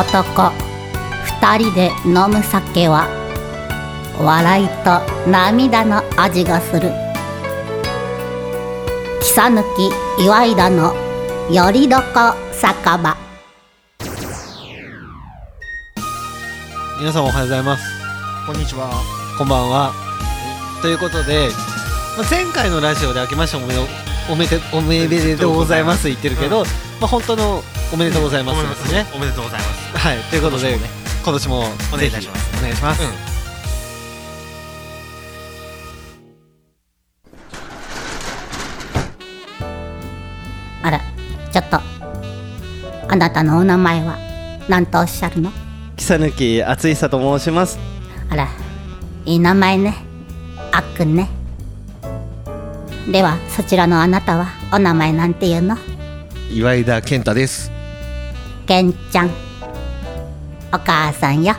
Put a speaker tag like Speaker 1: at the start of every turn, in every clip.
Speaker 1: 男二人で飲む酒は笑いと涙の味がする木さぬき岩井田のよりどこ酒場
Speaker 2: 皆さんおはようございます
Speaker 3: こんにちは。
Speaker 2: こんばんはということで、まあ、前回のラジオで明けましておめでおめでおめでとうございます言ってるけど、まあ、本当のおめでとうございますですね、
Speaker 3: おめでとうございます。
Speaker 2: はいということで今年も
Speaker 3: お願いいたします
Speaker 2: ぜひお願いします、
Speaker 3: うん
Speaker 1: あらちょっとあなたのお名前は何とおっしゃるの
Speaker 4: 木さぬきあついさと申します
Speaker 1: あらいい名前ねあっくんねではそちらのあなたはお名前なんていうの
Speaker 5: 岩井田健太です
Speaker 1: けんちゃんお母さんよ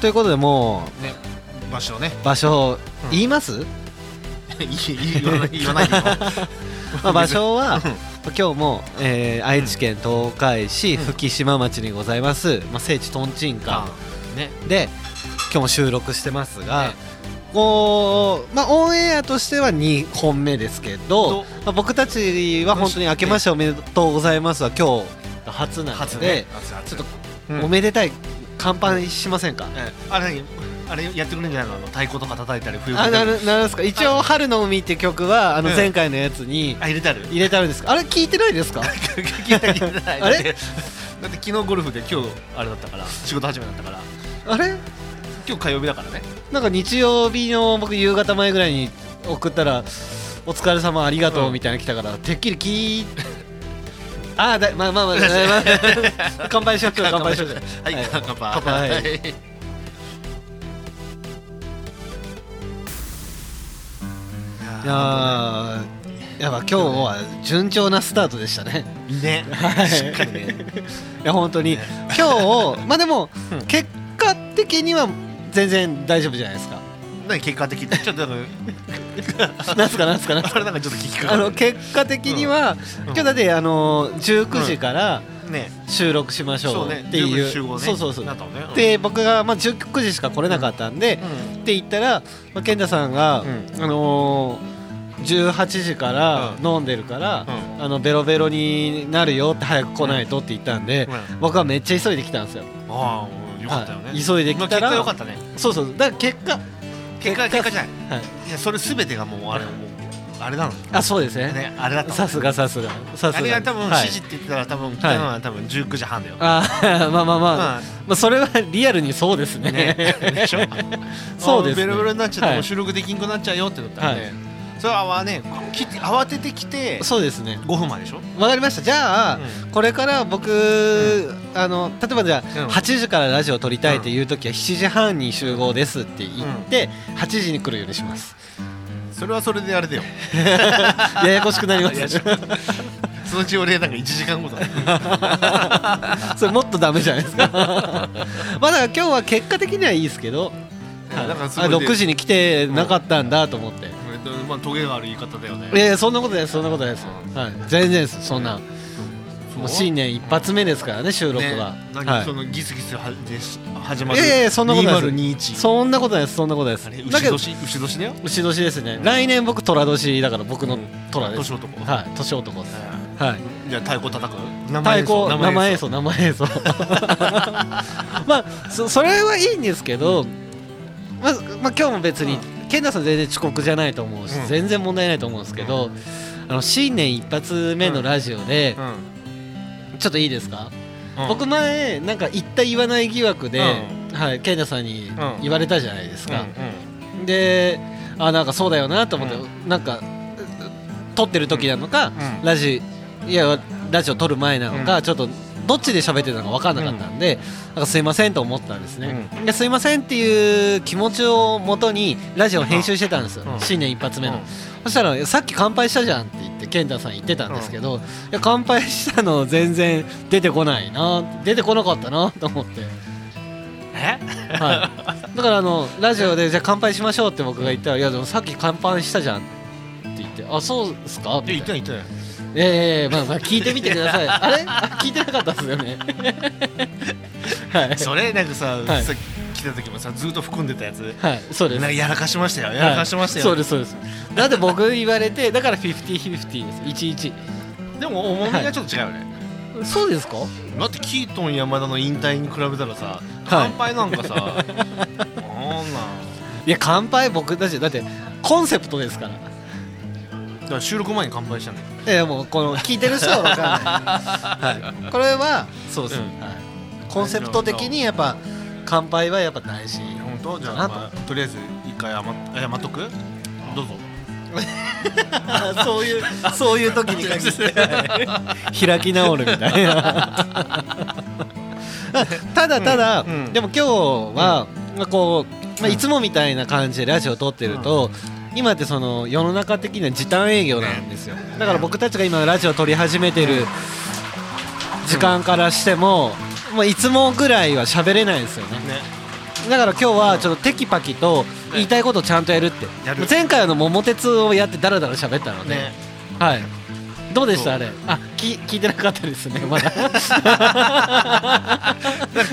Speaker 2: ということでも
Speaker 3: ね、場所をね、
Speaker 2: う場所を
Speaker 3: うん
Speaker 2: 言います、
Speaker 3: いい言わない言わ ないでいいよ
Speaker 2: まあ、場所は
Speaker 3: うん
Speaker 2: 今日も、えー愛知県東海市
Speaker 3: うん
Speaker 2: 吹島町にございます、まあ、聖地とんちんか
Speaker 3: あ ね、
Speaker 2: で今日も収録してますが、
Speaker 3: ね
Speaker 2: こうまあオンエアとしては2本目ですけど
Speaker 3: ど、
Speaker 2: まあ、僕たちは本当に明けましておめでとうございますは今日が初な
Speaker 3: 初
Speaker 2: の
Speaker 3: ね
Speaker 2: で、、
Speaker 3: 初
Speaker 2: ちょっ
Speaker 3: と
Speaker 2: おめでたい乾杯しませんか、
Speaker 3: あれあれやってくれるんじゃないの？あの太鼓とか叩いたり冬
Speaker 2: あ
Speaker 3: 吹い
Speaker 2: な
Speaker 3: たり
Speaker 2: るなるんですか一応「春の海」って曲はあの
Speaker 3: うん
Speaker 2: 前回のやつに
Speaker 3: あ入れた る。
Speaker 2: 入れてあるんですかあれ聞いてないです か
Speaker 3: 聞いた聞いた
Speaker 2: あれ
Speaker 3: だってだって昨日ゴルフで今日あれだったから仕事始めだったから
Speaker 2: あれ
Speaker 3: 今日火曜日だからね
Speaker 2: なんか日曜日の僕夕方前ぐらいに送ったら「お疲れ様ありがとう」みたいなの来たから、てっきり聞いああだまあまあまあ まあまあ乾杯しよう今日乾杯しよう
Speaker 3: はい
Speaker 2: はい
Speaker 3: 乾杯
Speaker 2: 乾杯
Speaker 3: はい
Speaker 2: いやーやっぱ今日は順調なスタートでしたね
Speaker 3: ね
Speaker 2: はい
Speaker 3: しっかりね
Speaker 2: いや本当に今日まあでも結果的には全然大丈夫じゃない ですか
Speaker 3: 何結果的ってちょっと なんか
Speaker 2: なんすかなんすかなんすか
Speaker 3: あれなんかちょっと聞きかか
Speaker 2: あ
Speaker 3: る
Speaker 2: の結果的には、今日だってあの19時から
Speaker 3: ね
Speaker 2: 収録しましょうって
Speaker 3: 十
Speaker 2: いう、
Speaker 3: 分集合ね
Speaker 2: そうそうそう
Speaker 3: なったのね
Speaker 2: で僕がまあ19時しか来れなかったんで、
Speaker 3: うん
Speaker 2: って言ったら、まあ、健太さんが、
Speaker 3: う
Speaker 2: あのー、18時から飲んでるから、あのベロベロになるよって早く来ないとって言ったんで、
Speaker 3: うん
Speaker 2: 僕はめっちゃ急いできたんですよ。
Speaker 3: ああうんよかったよね
Speaker 2: はい急いできたら
Speaker 3: まあ結果よかったね
Speaker 2: そうそうだから結果
Speaker 3: 結果結果じゃない
Speaker 2: はい、
Speaker 3: いやそれすべてがもうあれもうあれなの
Speaker 2: あそうですね
Speaker 3: ねあれだったの
Speaker 2: さすがさすがさすが
Speaker 3: あれが多分
Speaker 2: はい
Speaker 3: 7時って言ってたら多分来たのは多分19時半だよ
Speaker 2: あ ーまあまあまあ、
Speaker 3: まあ
Speaker 2: まあ、それはリアルにそうですね
Speaker 3: ねでしょ
Speaker 2: そうですね
Speaker 3: あベロベロになっちゃって
Speaker 2: はい
Speaker 3: もう収録できんくなっちゃうよってなったら
Speaker 2: はい
Speaker 3: ねそれはねき慌ててきて
Speaker 2: そうですね
Speaker 3: 5分前でしょ
Speaker 2: わかりましたじゃあ、
Speaker 3: う
Speaker 2: これから僕、あの例えばじゃあ、
Speaker 3: うん
Speaker 2: 8時からラジオ撮りたいっていう時は7時半に集合ですって言って、8時に来るようにします
Speaker 3: それはそれであれだよ
Speaker 2: ややこしくなりま
Speaker 3: いや
Speaker 2: す
Speaker 3: ちょそのうち俺なんか1時間後だね
Speaker 2: それもっとダメじゃないですかまあだから今日は結果的にはいいですけど、はい
Speaker 3: だからすご
Speaker 2: あ
Speaker 3: いね
Speaker 2: 6時に来てなかったんだと思って、
Speaker 3: えっとまあトゲがある言い方だよね
Speaker 2: いやいやそんなことないですそんなことないです、はい、全然ですそんな
Speaker 3: そう
Speaker 2: もう新年一発目ですからね収録は、
Speaker 3: ね、何、
Speaker 2: はい
Speaker 3: そのギスギスはでし始ま
Speaker 2: い
Speaker 3: る
Speaker 2: やいやいやそんなことないです
Speaker 3: 2021
Speaker 2: そんなことないですそんなことないで
Speaker 3: あれ
Speaker 2: すだけ
Speaker 3: 牛
Speaker 2: ど
Speaker 3: 年牛年だよ
Speaker 2: 牛年ですね来年僕寅年だから僕の寅です、
Speaker 3: 年男
Speaker 2: はい年男です、はい
Speaker 3: じゃあ太鼓叩く
Speaker 2: 太鼓生
Speaker 3: 生
Speaker 2: 演
Speaker 3: 演奏
Speaker 2: 奏生演奏 まあそそれはいいんですけど、まあまあ、今日も別に健太さん全然遅刻じゃないと思うし、
Speaker 3: うん
Speaker 2: 全然問題ないと思うんですけど、あの新年一発目のラジオで、ちょっといいですか、
Speaker 3: うん、うん
Speaker 2: 僕前なんか言った言わない疑惑で、はい、健太さんに
Speaker 3: うん
Speaker 2: 言われたじゃないです
Speaker 3: うんう
Speaker 2: か、
Speaker 3: ん
Speaker 2: であなんかそうだよなと思って、
Speaker 3: う
Speaker 2: なんか撮ってる時なのか、
Speaker 3: うん
Speaker 2: ラジいやラジオ撮る前なのか、
Speaker 3: う
Speaker 2: ちょっとどっちで喋ってたのか分かんなかったんで、なんかすいませんと思ったんですね、ですいませんっていう気持ちをもとにラジオを編集してたんですよ、
Speaker 3: うん
Speaker 2: 新年一発目の、
Speaker 3: うん
Speaker 2: そしたらさっき乾杯したじゃんって言って健太さん言ってたんですけど、いや乾杯したの全然出てこないな出てこなかったなと思って。
Speaker 3: え
Speaker 2: はい、だからあのラジオでじゃあ乾杯しましょうって僕が言ったら「いやでもさっき乾杯したじゃん」って言って「あそうっすか?」
Speaker 3: いや
Speaker 2: み
Speaker 3: 言ったて
Speaker 2: い
Speaker 3: ない言ってない
Speaker 2: ええまあまあ聞いてみてくださ いあれあ聞いてなかったですよねはい
Speaker 3: それなんかさ、
Speaker 2: はい
Speaker 3: さっき来た時もさずっと含んでたやつ
Speaker 2: はいそうで
Speaker 3: なん
Speaker 2: す
Speaker 3: かやらかしましたよやらかしましたよ、
Speaker 2: はいそうですそうですだって僕言われてだから50-50です11
Speaker 3: でも重みがちょっと違うよね、
Speaker 2: そうですか
Speaker 3: だってキートン山田の引退に比べたらさ
Speaker 2: はい
Speaker 3: 乾杯なんかさ、 なんなん
Speaker 2: いや乾杯僕たちだってコンセプトですから
Speaker 3: だから収録前に乾杯したんだよ
Speaker 2: いやもうこの聞いてる人は分かん ない、はい、これはそうです、
Speaker 3: うん
Speaker 2: はい、コンセプト的にやっぱ乾杯はやっぱ大事
Speaker 3: 本当じゃ
Speaker 2: かな
Speaker 3: あ、
Speaker 2: と
Speaker 3: まあ、とりあえず一回謝っ謝っとくどうぞ
Speaker 2: そういうそういう時に限って 開き直るみたいなただただ、
Speaker 3: うんうん
Speaker 2: でも今日は、まあこう、まあ、いつもみたいな感じでラジオを撮ってると、今ってその世の中的には時短営業なんですよだから僕たちが今ラジオを撮り始めてる時間からしても、もういつもぐらいは喋れないですよね
Speaker 3: ね
Speaker 2: だから今日はちょっとテキパキと言いたいことをちゃんとやるって
Speaker 3: やる
Speaker 2: 前回の「桃鉄」をやってダラダラ喋ったので、
Speaker 3: ね
Speaker 2: はいどうでし
Speaker 3: そう
Speaker 2: たあれあき聞いてなかったですねまだ
Speaker 3: だから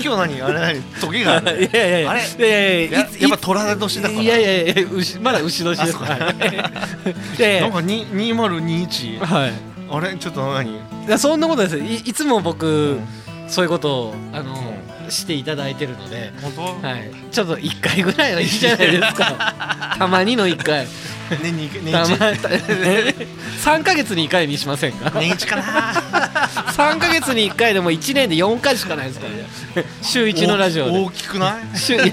Speaker 3: 今日 何あれ何トゲがある
Speaker 2: いやいやいや
Speaker 3: あれ
Speaker 2: いやいやいや
Speaker 3: や
Speaker 2: いつ
Speaker 3: やっぱ虎年だから
Speaker 2: いやいやいや牛まだ牛年です
Speaker 3: あそう
Speaker 2: はい いやい
Speaker 3: な
Speaker 2: や
Speaker 3: んかに2021
Speaker 2: はい
Speaker 3: あれちょっと何
Speaker 2: いやそんなことないですいいつも僕、
Speaker 3: ん
Speaker 2: そういうことをあの、していただいてるので、
Speaker 3: 本当、
Speaker 2: はい、ちょっと1回ぐらいはいいじゃないです かたまにの1回
Speaker 3: 年に年
Speaker 2: たま
Speaker 3: 一
Speaker 2: 3ヶ月に1回にしませんか
Speaker 3: 年一かな
Speaker 2: 3ヶ月に1回でも1年で4回しかないですからね週1のラジオ
Speaker 3: 大
Speaker 2: で
Speaker 3: 大きくない
Speaker 2: 週いやいや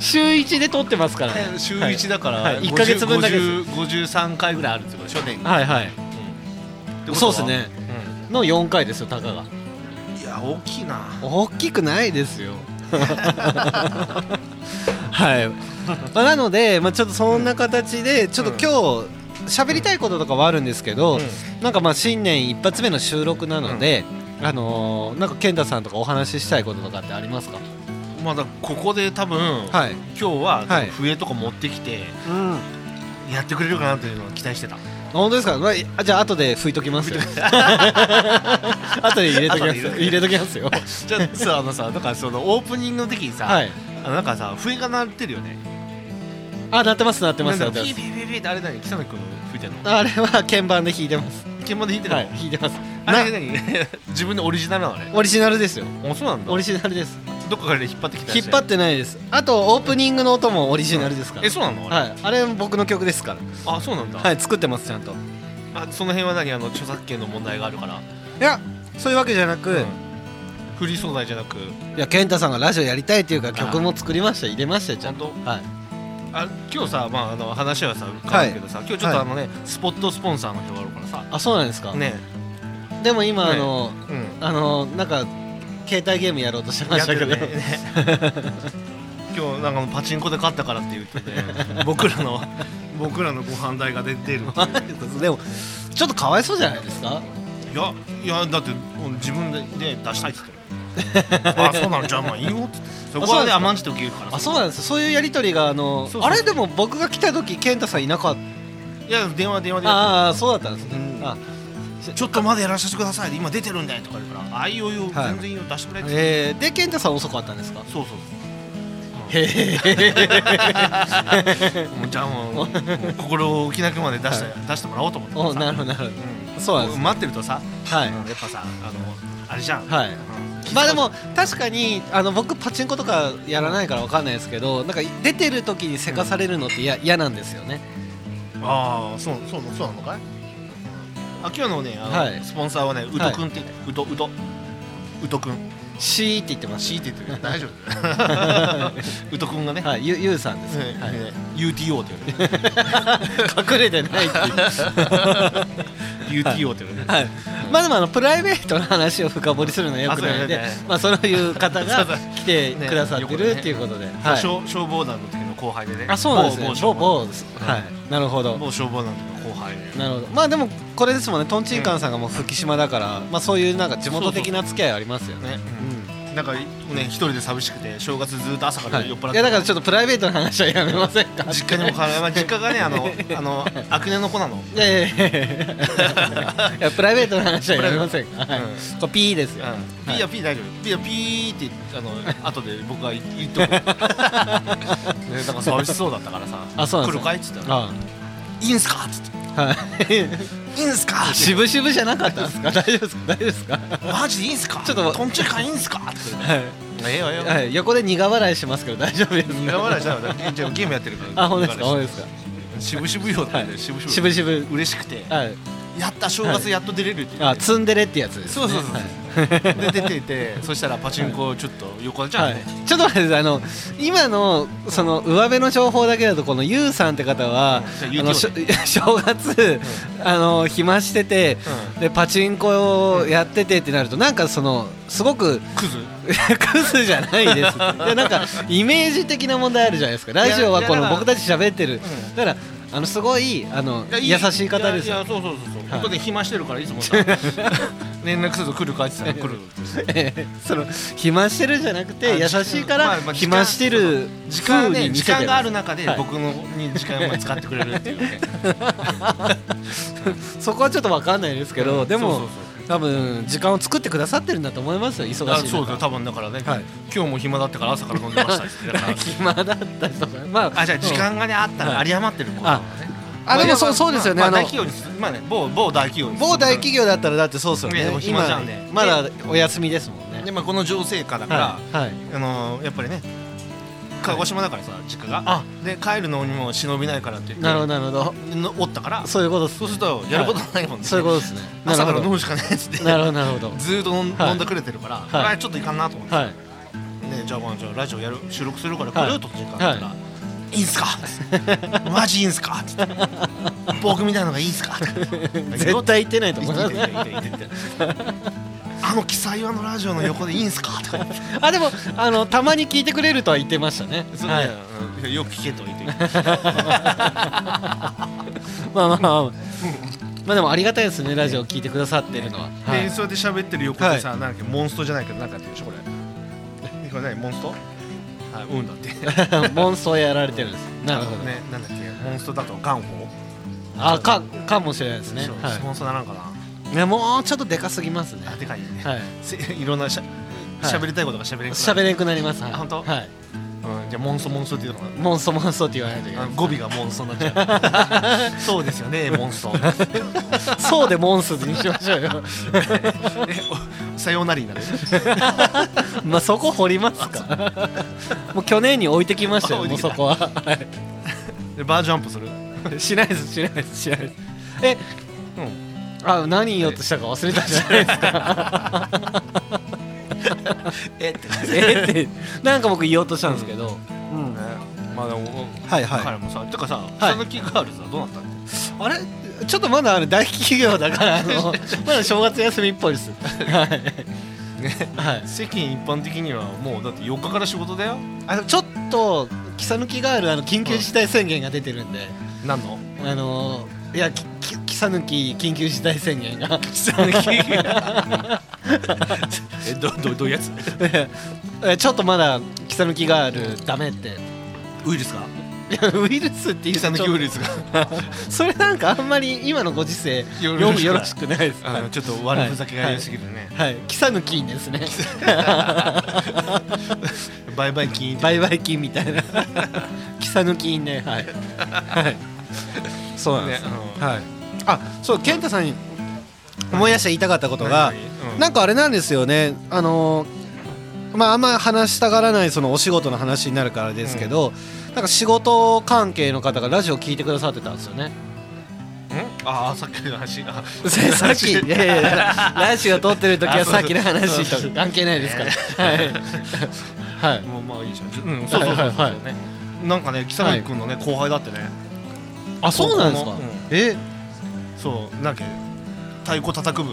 Speaker 2: 週1で撮ってますからね
Speaker 3: え週一だから、
Speaker 2: はいはい
Speaker 3: 50
Speaker 2: 一ヶ月分だけです
Speaker 3: 50 53回ぐらいあるってことでしょ年に
Speaker 2: はいはい
Speaker 3: てことは
Speaker 2: そうですねの4回ですよたかが
Speaker 3: うんいや大きいな
Speaker 2: 大きくないですよはい、まあなので、まあ、ちょっとそんな形でちょっと今日喋りたいこととかはあるんですけど、なんかまあ新年一発目の収録なので、あのー、なんか健太さんとかお話ししたいこととかってありますか
Speaker 3: まだここで多分、
Speaker 2: はい、
Speaker 3: 今日は、
Speaker 2: はい
Speaker 3: 笛とか持ってきて
Speaker 2: うん、
Speaker 3: やってくれるかなというのを期待 してた
Speaker 2: 本当ですか、まああ、じゃあ後で拭いとき ますよ後で入れときます入
Speaker 3: 後で入
Speaker 2: れときますよ
Speaker 3: じゃあさあのさだからそのオープニングの時にさ、
Speaker 2: はい
Speaker 3: あのなんかさ笛が鳴ってるよね
Speaker 2: あ鳴ってます鳴ってます
Speaker 3: な
Speaker 2: 鳴
Speaker 3: ん
Speaker 2: っ
Speaker 3: だ
Speaker 2: て
Speaker 3: ろ
Speaker 2: ま
Speaker 3: うピー
Speaker 2: す
Speaker 3: ピーピーピーってあれ何北野君吹いてんの
Speaker 2: あれは鍵盤で弾いてます
Speaker 3: 鍵盤で弾いてるの、
Speaker 2: はい弾いてます
Speaker 3: あれ何 自分でオリジナルなのあれ
Speaker 2: オリジナルですよ
Speaker 3: あそうなんだ
Speaker 2: オリジナルです
Speaker 3: どっかから引っ張ってきた
Speaker 2: 引っ張っててないですあとオープニングの音もオリジナルですから、
Speaker 3: えそうなのあれ、
Speaker 2: はい、あれ僕の曲ですから
Speaker 3: あそうなんだ、
Speaker 2: はい作ってますちゃんとい
Speaker 3: あその辺は何あの著作権の問題があるから
Speaker 2: やそういうわけじゃなく、
Speaker 3: うんフリー素材じゃなく
Speaker 2: いや健太さんがラジオやりたいっていうから曲も作りました入れましたよち
Speaker 3: ち
Speaker 2: ゃ
Speaker 3: ゃ
Speaker 2: ん
Speaker 3: ん
Speaker 2: と
Speaker 3: と
Speaker 2: はい
Speaker 3: あ今日さまああの話はさ変わるけどさ、今日ちょっとあのね、スポットスポンサーの人があるからさ
Speaker 2: あそうなんですか、
Speaker 3: ね
Speaker 2: でも今、
Speaker 3: ね
Speaker 2: あの
Speaker 3: うん
Speaker 2: あのなんか携帯ゲームやろうとしてま
Speaker 3: や
Speaker 2: し
Speaker 3: っ
Speaker 2: たけ
Speaker 3: てる
Speaker 2: ど、
Speaker 3: ね 今日なんかパチンコで勝ったからって言ってね僕らの僕らのご飯代が出てるっていう
Speaker 2: でもちょっとかわいそうじゃないですか
Speaker 3: いやいやだってうん自分でで出したいっつってるあそうなのじゃあまあいいよっつってそこはね
Speaker 2: あそうなんですか
Speaker 3: 甘んじておけるから
Speaker 2: あそうなんですそういうやり取りがあの
Speaker 3: そうそう
Speaker 2: あれでも僕が来た時健太さんいなかった
Speaker 3: いや電話電話でやっ
Speaker 2: ああそうだったんですね、
Speaker 3: うん
Speaker 2: あ
Speaker 3: てちょっとまだやらせてください今出てるんでとか言うからあいいよいいよ
Speaker 2: はい
Speaker 3: 全然いいよ出してくれって
Speaker 2: えー、で健太さん遅かったんですか
Speaker 3: そうそう
Speaker 2: へ
Speaker 3: そうもうじゃあもう心置きなくまで出して出してもらおうと思って
Speaker 2: お
Speaker 3: さ
Speaker 2: なるほどなるほ
Speaker 3: う
Speaker 2: どそうなんで
Speaker 3: んこう
Speaker 2: す
Speaker 3: 待ってるとさ
Speaker 2: はい
Speaker 3: うんやっぱさあのあれじゃん
Speaker 2: はい
Speaker 3: うん
Speaker 2: まあでも確かにあの僕パチンコとかやらないからわかんないですけどなんか出てる時にせかされるのって嫌嫌なんですよね
Speaker 3: ああそうそうそうなのかいあ今日のねあの
Speaker 2: はい
Speaker 3: スポンサーはねうどくんってうどうどうどくん
Speaker 2: シーって言ってます
Speaker 3: 強いて言ってる大丈夫ウト君がね、
Speaker 2: はいゆゆうさんです、
Speaker 3: うん
Speaker 2: はい
Speaker 3: UTO って言わ
Speaker 2: 隠れてないっていう
Speaker 3: れる UTO って言われる
Speaker 2: はい、まあでもあのプライベートの話を深掘りするのはよくないので
Speaker 3: あそうだよね
Speaker 2: まあ、そういう方が来て
Speaker 3: ね
Speaker 2: くださってるっていうことで、はい
Speaker 3: 消消防団の時の後輩でね
Speaker 2: あそうなんですね
Speaker 3: 某某
Speaker 2: 某
Speaker 3: 消防
Speaker 2: 某ですはいなるほど
Speaker 3: 某消防団の後輩で
Speaker 2: なるほどまあでもこれですもんねとんちんかんさんがもう福島だから、まあ、そういうなんか地元的な付き合いありますよね
Speaker 3: ね、
Speaker 2: うん
Speaker 3: なんなんかね一人で寂しくて正月ずっと朝から
Speaker 2: はい、
Speaker 3: 酔っ払
Speaker 2: い
Speaker 3: って、
Speaker 2: やだからちょっとプライベートの話はやめませんか
Speaker 3: 実家にも帰らないまあ実家がねあのあの悪年の子なの
Speaker 2: いやいやいやいやいやプライベートの話はやめませんか、はい
Speaker 3: うん
Speaker 2: これピーですよ、
Speaker 3: ピーやピー大丈夫ピーやピーってあ の後で僕が言っとくねなんか寂しそうだったからさ
Speaker 2: あそうなんで
Speaker 3: 来る
Speaker 2: す
Speaker 3: かいっつったら
Speaker 2: あ
Speaker 3: 「いいんすか?」っつって
Speaker 2: あはい
Speaker 3: 「いいんすか?」って
Speaker 2: 渋々じゃなかったんですか大丈夫ですか大丈夫ですか
Speaker 3: マジでいいんすか
Speaker 2: ちょっと
Speaker 3: とんちゅうかいいんすか?」って
Speaker 2: は
Speaker 3: ええよええよ
Speaker 2: い、はい、横で苦笑いしますけど大丈夫ですか
Speaker 3: 苦笑いじゃないだってじゃあゲームやってるから
Speaker 2: あ本当ですか本当ですか
Speaker 3: 渋々よだって
Speaker 2: はい
Speaker 3: 渋々
Speaker 2: 渋々
Speaker 3: 嬉しくて
Speaker 2: はい
Speaker 3: やった正月やっと出れるって言
Speaker 2: あ
Speaker 3: って
Speaker 2: ツンデレってやつです、
Speaker 3: そう
Speaker 2: ね、
Speaker 3: そうそう
Speaker 2: はい
Speaker 3: そうで出ていてそしたらパチンコちょっと横じゃん
Speaker 2: はい、ちょっと待ってくださいあの今のその上辺の情報だけだとこのゆうさんって方は、
Speaker 3: うんじゃあ
Speaker 2: あのしょ 正月、あの暇してて、でパチンコをやっててってなるとなんかそのすごく
Speaker 3: クズ
Speaker 2: クズじゃないです いやなんかイメージ的な問題あるじゃないですかラジオはこ
Speaker 3: いや
Speaker 2: の
Speaker 3: いや
Speaker 2: 僕たち喋ってる
Speaker 3: ん
Speaker 2: だからあのすごいあの
Speaker 3: や
Speaker 2: 優しい方です
Speaker 3: や
Speaker 2: よ
Speaker 3: やそうそうそうそう
Speaker 2: はい
Speaker 3: 本当に暇してるから いつもさ連絡すると来るかって言ってたら来る
Speaker 2: その暇してるじゃなく
Speaker 3: あ
Speaker 2: て優しいか
Speaker 3: まあ
Speaker 2: ら
Speaker 3: まあ時間
Speaker 2: 暇してる
Speaker 3: 時間
Speaker 2: 風
Speaker 3: ね
Speaker 2: に見
Speaker 3: 時
Speaker 2: せて
Speaker 3: 間
Speaker 2: る
Speaker 3: がある中で
Speaker 2: はい
Speaker 3: 僕のに時間を使ってくれるってい うね
Speaker 2: そこはちょっとわかんないですけど、
Speaker 3: うん
Speaker 2: でも
Speaker 3: そうそう
Speaker 2: 多分時間を作ってくださってるんだと思いますよ忙しい
Speaker 3: あ
Speaker 2: 中
Speaker 3: そうだよ多分だからね
Speaker 2: はい
Speaker 3: 今日も暇だったから朝から飲んでましたって言ってたから
Speaker 2: 暇だったりとかまあ
Speaker 3: あじゃあ時
Speaker 2: うん
Speaker 3: 間がねあったら有り余ってること
Speaker 2: ああでもそうそうですよね、
Speaker 3: まあ
Speaker 2: あの
Speaker 3: 大企業にすまあね某某大企業に
Speaker 2: 某大企業だったらだってそうですよ
Speaker 3: いや
Speaker 2: ね
Speaker 3: でも暇じゃ
Speaker 2: 今
Speaker 3: んね
Speaker 2: まだお休みですもんね
Speaker 3: でまあこの情勢下だから、
Speaker 2: はい、はい
Speaker 3: あのーやっぱりね鹿児島だからさ実家が
Speaker 2: あ
Speaker 3: で帰るのにも忍びないからって言って
Speaker 2: なるほどなるほど
Speaker 3: のおったから
Speaker 2: そういうことっすね
Speaker 3: そうするとやることないもんね、
Speaker 2: そういうことですね
Speaker 3: 朝から
Speaker 2: な
Speaker 3: 飲
Speaker 2: る
Speaker 3: むしかねえっつって
Speaker 2: ほどなるほどなるほど
Speaker 3: ずーっと飲ん,、
Speaker 2: はい
Speaker 3: だくれてるから、
Speaker 2: はい
Speaker 3: あれちょっといかんなと思って、
Speaker 2: はい
Speaker 3: ね、じゃあ,、まあ、じゃあラジオやる収録するから来るよと時間あったら、、
Speaker 2: はい
Speaker 3: いんすかマジいいんすかって言って僕みたいのがいいんすかって
Speaker 2: 絶対行ってないと思います
Speaker 3: あの記載はのラジオの横でいいんすかとか言って
Speaker 2: あでもあのたまに聞いてくれるとは言ってましたね
Speaker 3: そう
Speaker 2: は
Speaker 3: ね
Speaker 2: い、
Speaker 3: うんよく聞けと言って
Speaker 2: まあまあまあまあまあでもありがたいですねラジオ聞いてくださってるのは、はい
Speaker 3: で、それで喋ってる横でさ、なんだっけモンストじゃないけどなんかやってるでしょこれこれ何モンストはいうんだって
Speaker 2: モンストをやられてるんです。なるほど。
Speaker 3: ねなんだっけモンストだとガンホ
Speaker 2: あ、か、かもしれないですね。は。
Speaker 3: モンストなのかない
Speaker 2: ね、もうちょっとでかすぎますね。
Speaker 3: あでかいね
Speaker 2: はい。
Speaker 3: せ いろんなしゃ喋りたいことが喋れんくなる
Speaker 2: 喋れなくなります。はい
Speaker 3: あ本当
Speaker 2: はい。
Speaker 3: うんじゃあモンストモンストっていうのか
Speaker 2: モンストモンストって言わないといけ
Speaker 3: なあ
Speaker 2: な
Speaker 3: の語尾がモンストになっち ゃうそうですよねモンス ト
Speaker 2: い。そうでモンスにしましょうよ。
Speaker 3: えおさようなりになる
Speaker 2: まあ、そこ掘ります か。もう去年に置いてきましたよ。
Speaker 3: あ置
Speaker 2: も
Speaker 3: いう
Speaker 2: そ
Speaker 3: てきた
Speaker 2: こは。はい
Speaker 3: でバージョンアップする
Speaker 2: しないです。しないです。しないです。え。
Speaker 3: うん
Speaker 2: あ、何言おうとしたか忘れたじゃないですか。
Speaker 3: えって
Speaker 2: えって、なんか僕言おうとしたんですけど。
Speaker 3: うんねまあでも
Speaker 2: はいは
Speaker 3: 彼もさてかさ
Speaker 2: はい
Speaker 3: 草抜きガールズはどうなったの
Speaker 2: あれちょっとまだあれ大企業だからあ のまだ正月休みっぽいです。はい。はい。
Speaker 3: 世間一般的にはもうだって4日から仕事だよ
Speaker 2: あのちょっと草抜きがあるあの緊急事態宣言が出てるんで、
Speaker 3: 何の
Speaker 2: あのーいやきき草抜き緊急事態宣言が
Speaker 3: えどどどういう やつ
Speaker 2: えちょっとまだ草抜きがあるダメって。
Speaker 3: ウイルスが
Speaker 2: いやウイルスって言う
Speaker 3: 草
Speaker 2: と
Speaker 3: 抜
Speaker 2: ちょ
Speaker 3: きウイルスが
Speaker 2: それなんかあんまり今のご時世
Speaker 3: よ
Speaker 2: よ
Speaker 3: ろしく
Speaker 2: よろしくな
Speaker 3: ない
Speaker 2: いです。
Speaker 3: あのちょっと悪ふざけが良すぎるね、
Speaker 2: はい、草抜きですね。
Speaker 3: バイバイ金って
Speaker 2: 売買金みたいな草抜きねはい、はい、そうなんです、
Speaker 3: ねうん
Speaker 2: はいあそう健太さんに思い出して言いたかったことが
Speaker 3: 何々うん
Speaker 2: なんかあれなんですよねあのーまああんま話したがらないそのお仕事の話になるからですけど、なんか仕事関係の方がラジオ聞いてくださってたんですよね
Speaker 3: ああさっきの話あ
Speaker 2: さっきいやいやいやラジオ撮ってる時はさっきの
Speaker 3: あそう
Speaker 2: 話
Speaker 3: そうそう
Speaker 2: と関係ないですからはいはい
Speaker 3: もうまあいいじゃんうんそうそうそう
Speaker 2: はいはいはい
Speaker 3: そうねなんかね北野君のね、後輩だってね
Speaker 2: あそうなんですか、
Speaker 3: 高校のうん
Speaker 2: え
Speaker 3: そうなんか太鼓叩く部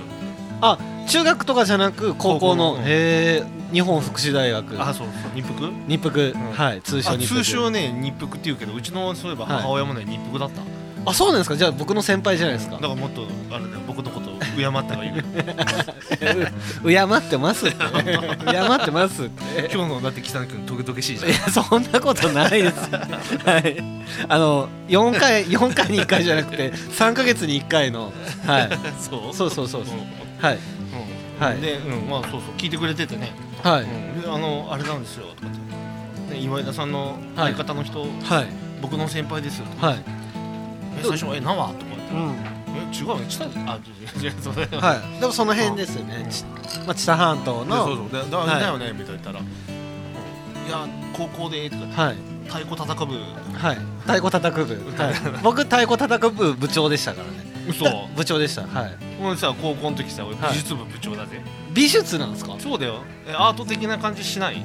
Speaker 2: あ中学とかじゃなく高校の
Speaker 3: 高校の
Speaker 2: へえ日本福祉大学
Speaker 3: あそうそう日服
Speaker 2: 日福、
Speaker 3: ん
Speaker 2: はい通称
Speaker 3: あ
Speaker 2: 日福
Speaker 3: 通称ね日服っていうけどうちのそういえば母親もね、日服だった
Speaker 2: あそうなんですかじゃあ僕の先輩じゃないですか
Speaker 3: なんかもっとあれだよ僕のこと敬った方がいい ね
Speaker 2: う敬ってますって敬ってますって
Speaker 3: 今日のだって北野君トゲトゲしいじゃ
Speaker 2: いやそんなことないですはいあの4回4回に1回じゃなくて3ヶ月に1回のはい
Speaker 3: んそう
Speaker 2: そうそうそうそうはいは
Speaker 3: うん
Speaker 2: い
Speaker 3: で、うん、まあそうそう聞いてくれててね、
Speaker 2: は
Speaker 3: う
Speaker 2: い
Speaker 3: んであのあれなんですよとかって、ね、今井田さんの相方の人、
Speaker 2: はい
Speaker 3: 僕の先輩ですよとか
Speaker 2: はい
Speaker 3: え最初はえなわとか言って、
Speaker 2: うん
Speaker 3: え違うね下あ違う違う違うそう
Speaker 2: はいでもその辺ですよねちまあ知多半島
Speaker 3: でそ
Speaker 2: の
Speaker 3: うそうだだ,、
Speaker 2: はい
Speaker 3: だよねみたいな言ったら、いや高校でとか
Speaker 2: はい
Speaker 3: 太鼓叩かぶ
Speaker 2: はい太鼓叩く部 はい僕太鼓叩く部部長でしたからね
Speaker 3: 嘘
Speaker 2: 部長でしたはい
Speaker 3: 俺さ高校の時さ俺
Speaker 2: はい
Speaker 3: 美術部部長だぜ、
Speaker 2: 美術なんですか
Speaker 3: そうだよえアート的な感じしない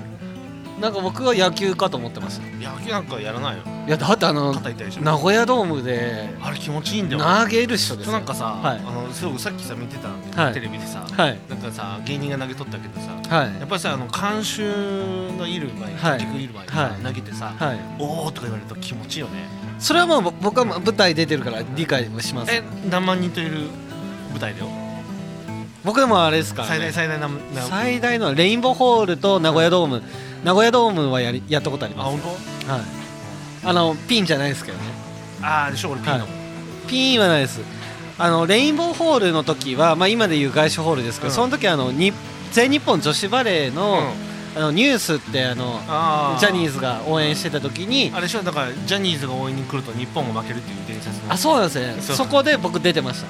Speaker 2: なんか僕は野球かと思ってました
Speaker 3: 野球なんかやらないよ
Speaker 2: いやだってあの
Speaker 3: 肩痛いでしょ
Speaker 2: 名古屋ドームで
Speaker 3: あれ気持ちいいんだよ
Speaker 2: 投げる人です
Speaker 3: そう
Speaker 2: よ
Speaker 3: なんかさ、
Speaker 2: はい
Speaker 3: あのすごくさっきさ見てたんだけど
Speaker 2: はい
Speaker 3: テレビでさ、
Speaker 2: はい
Speaker 3: なんかさ芸人が投げとったけどさ
Speaker 2: はい
Speaker 3: やっぱりさあの監修のいる前
Speaker 2: はい
Speaker 3: 観客いる前にさ
Speaker 2: はい
Speaker 3: 投げてさ、
Speaker 2: はい
Speaker 3: おおとか言われると気持ちいいよね
Speaker 2: それはもうぼ僕は舞台出てるから理解もします
Speaker 3: え何万人といる舞台だよ
Speaker 2: 僕でもあれですから、
Speaker 3: 最大
Speaker 2: ね、
Speaker 3: 最大なな
Speaker 2: 最大のレインボーホールと名古屋ドーム名古屋ドームはやりやったことあり
Speaker 3: あ
Speaker 2: ます
Speaker 3: 本当
Speaker 2: はいあのピンじゃないですけどね
Speaker 3: あーでしょ俺ピンだもん、
Speaker 2: ピンはないですあのレインボーホールの時は、まあ、今でいう外資ホールですけど、
Speaker 3: うん
Speaker 2: その時あのに全日本女子バレーの,、あのニュースってあの
Speaker 3: あ
Speaker 2: ジャニー
Speaker 3: ズ
Speaker 2: ズが応援してた時に
Speaker 3: あれでしょだからジャニーズが応援に来ると日本が負けるっていう伝説の
Speaker 2: あそうなんですね
Speaker 3: そう
Speaker 2: そこで僕出てました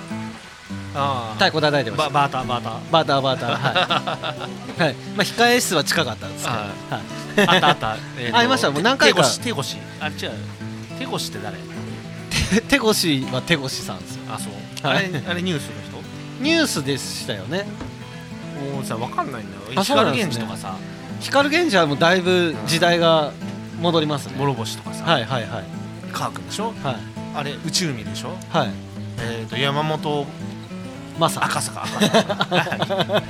Speaker 3: あ
Speaker 2: 太鼓叩いてました
Speaker 3: ババーターバーター
Speaker 2: バーターバー ターはい、はいまあ、控え室は近かったんですけど、
Speaker 3: あ
Speaker 2: はい、
Speaker 3: あったあ った、えーと
Speaker 2: ありましたもう何回か
Speaker 3: 手越し手越しあ違う手越しって誰
Speaker 2: 手手越は手越さんですよ
Speaker 3: あそうあ
Speaker 2: は
Speaker 3: れ
Speaker 2: い
Speaker 3: あれニュースの人
Speaker 2: ニュースでしたよね
Speaker 3: もうさわかんないんだよ
Speaker 2: あ
Speaker 3: 石
Speaker 2: そうな
Speaker 3: 川
Speaker 2: んです
Speaker 3: 源
Speaker 2: ね
Speaker 3: 氏とかさ
Speaker 2: 光源氏はもうだいぶ時代が戻りますね
Speaker 3: 諸星とかさ、
Speaker 2: はいはいはい
Speaker 3: 科学でしょ
Speaker 2: はい
Speaker 3: あれ宇宙海でしょ
Speaker 2: はい
Speaker 3: えっ、と山本
Speaker 2: まさ
Speaker 3: 赤 坂赤坂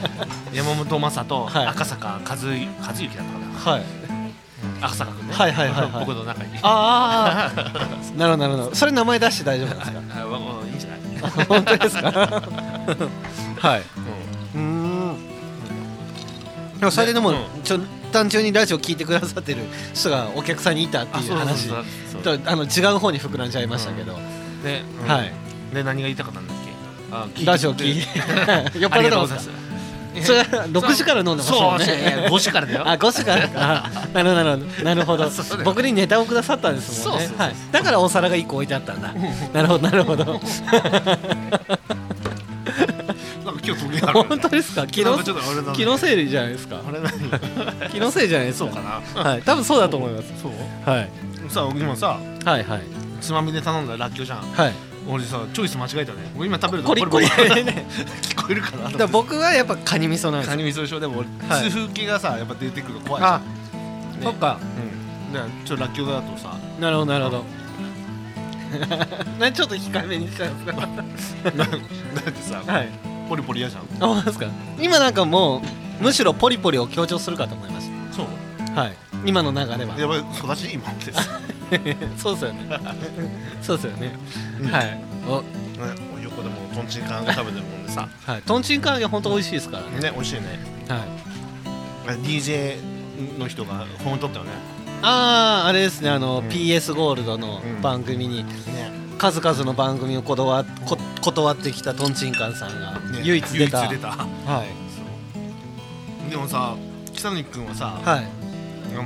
Speaker 3: 山本昌と
Speaker 2: はい
Speaker 3: 赤坂和和幸だったかな
Speaker 2: はい
Speaker 3: 赤坂君ね
Speaker 2: はいはいはいはい
Speaker 3: 僕の中に
Speaker 2: ああなるほどなるほどそれ名前出して大丈夫なんです か
Speaker 3: あわわいいんじゃない、うん、
Speaker 2: 本当ですかはいうーんでもそれででも、
Speaker 3: うん
Speaker 2: ちょ単純にラジオ聞いてくださってる人がお客さんにいたっていう話
Speaker 3: そうそうそう
Speaker 2: とあの違う方に膨らんじゃいましたけど、
Speaker 3: で、うん
Speaker 2: はい
Speaker 3: で何が言いたかったんだっけあ聞いて
Speaker 2: ラジオ 聞い酔っ
Speaker 3: あ
Speaker 2: 払っ
Speaker 3: り
Speaker 2: て
Speaker 3: がとう
Speaker 2: ま
Speaker 3: ご
Speaker 2: す
Speaker 3: ざい
Speaker 2: か
Speaker 3: ます
Speaker 2: それは6時から飲んでます
Speaker 3: そ
Speaker 2: よ
Speaker 3: う
Speaker 2: ね
Speaker 3: そう5時からだよ
Speaker 2: あ5時からかあなるほどなるほどなる
Speaker 3: そう
Speaker 2: ほ
Speaker 3: だ
Speaker 2: ど
Speaker 3: よ
Speaker 2: 僕にネタをくださったんですもんね
Speaker 3: そうそうそう
Speaker 2: はいだからお皿が1個置いてあったんだなるほどなるほど
Speaker 3: なんか今日トゲあるよ ね
Speaker 2: 本当ですか気
Speaker 3: なん
Speaker 2: の
Speaker 3: かちょっとあれだね
Speaker 2: 気のせいじゃないですか
Speaker 3: あれ何
Speaker 2: 気のせいじゃないです
Speaker 3: そうかな
Speaker 2: はい多分そうだと思います
Speaker 3: そう
Speaker 2: はい
Speaker 3: さあ今さ
Speaker 2: はいはい
Speaker 3: つまみで頼んだらっきょうじゃん
Speaker 2: はい
Speaker 3: 俺さチョイス間違えたね俺今食べると
Speaker 2: コリコリ
Speaker 3: これこれ
Speaker 2: ね
Speaker 3: 聞こえるかな
Speaker 2: だから僕はやっぱカニ味噌なんです
Speaker 3: カ
Speaker 2: よ
Speaker 3: ニ味噌でしょでも俺
Speaker 2: はい
Speaker 3: 痛風系がさやっぱ出てくるの怖いじゃん
Speaker 2: あそっか
Speaker 3: うんだからちょっとらっきょうだとさ
Speaker 2: なるほどなるほど なんでちょっと控えめにしたんですか
Speaker 3: だってさ
Speaker 2: はい
Speaker 3: ポリポリ嫌じゃん
Speaker 2: あ、本当ですか今なんかもうむしろポリポリを強調するかと思いまし
Speaker 3: そう
Speaker 2: たはい今の流れは
Speaker 3: やばい育ちいいもんってさ
Speaker 2: そうですよ ねそうですよね、
Speaker 3: うん
Speaker 2: はい
Speaker 3: ね横でもとんちんかんが食べてるもんでさ
Speaker 2: おはいとんちんかん揚げ本当美味しいですからね
Speaker 3: ね美味しいね
Speaker 2: はい
Speaker 3: あ DJ の人が本撮ったよね
Speaker 2: あああれですねあの、
Speaker 3: うん
Speaker 2: PS ゴールドの
Speaker 3: うん
Speaker 2: 番組に
Speaker 3: ね
Speaker 2: 数々の番組を断こ断ってきたとんちんかんさんが
Speaker 3: ね
Speaker 2: 唯一出た,、
Speaker 3: 唯一出た
Speaker 2: はい
Speaker 3: そうでもさ北野君はさ
Speaker 2: はい
Speaker 3: あの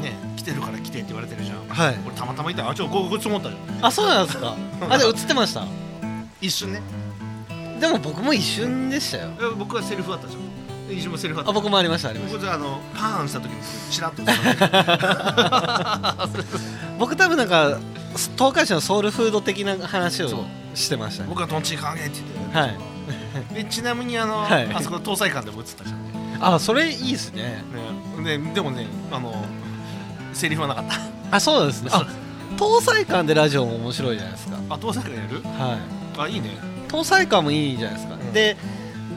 Speaker 3: ね来てるから来てって言われてるじゃん
Speaker 2: はい
Speaker 3: 俺たまたまいたあちょここっち思ったじゃん
Speaker 2: あそうなんですかあでも映ってました
Speaker 3: 一瞬ね
Speaker 2: でも僕も一瞬でしたよ
Speaker 3: いや僕はセリフあったじゃんで一瞬もセリフあっ
Speaker 2: あ
Speaker 3: た
Speaker 2: 僕もありましたありました
Speaker 3: 僕じゃあのパーンした時にチラッと さ
Speaker 2: 僕多分なんか東海市のソウルフード的な話をしてましたね
Speaker 3: 僕はとんちんかんげって言って
Speaker 2: はい
Speaker 3: でちなみにあの、
Speaker 2: はい
Speaker 3: あそこ搭載館でも映ったじゃんね
Speaker 2: あそれいいですね
Speaker 3: ねででもねあのセリフはなかった
Speaker 2: あそうなんですねあ搭載館でラジオも面白いじゃないですか
Speaker 3: あ搭載館やる
Speaker 2: はい
Speaker 3: あいいね
Speaker 2: 搭載館もいいじゃないですか、
Speaker 3: ん
Speaker 2: で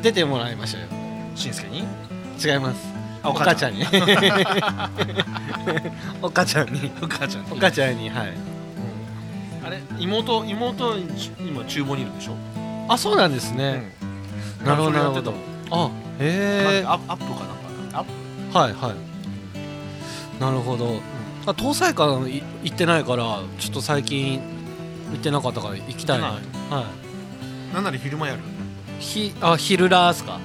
Speaker 2: 出てもらいましたよ
Speaker 3: しんすけに
Speaker 2: 違います
Speaker 3: あ
Speaker 2: お母ちゃんにお母ちゃんに
Speaker 3: お母ちゃん
Speaker 2: お母ちゃんにはい
Speaker 3: あれれ妹妹今厨房にいるでしょ、
Speaker 2: あそうなんですね、なるほどなるほどあへえ
Speaker 3: なんかアップアップかなんかなんかアップ
Speaker 2: はいはいなるほど、あ搭載館い行ってないからちょっと最近行ってなかったから行きたいな
Speaker 3: 行って
Speaker 2: は
Speaker 3: なんなら昼間やる
Speaker 2: いひあ昼ラーっすか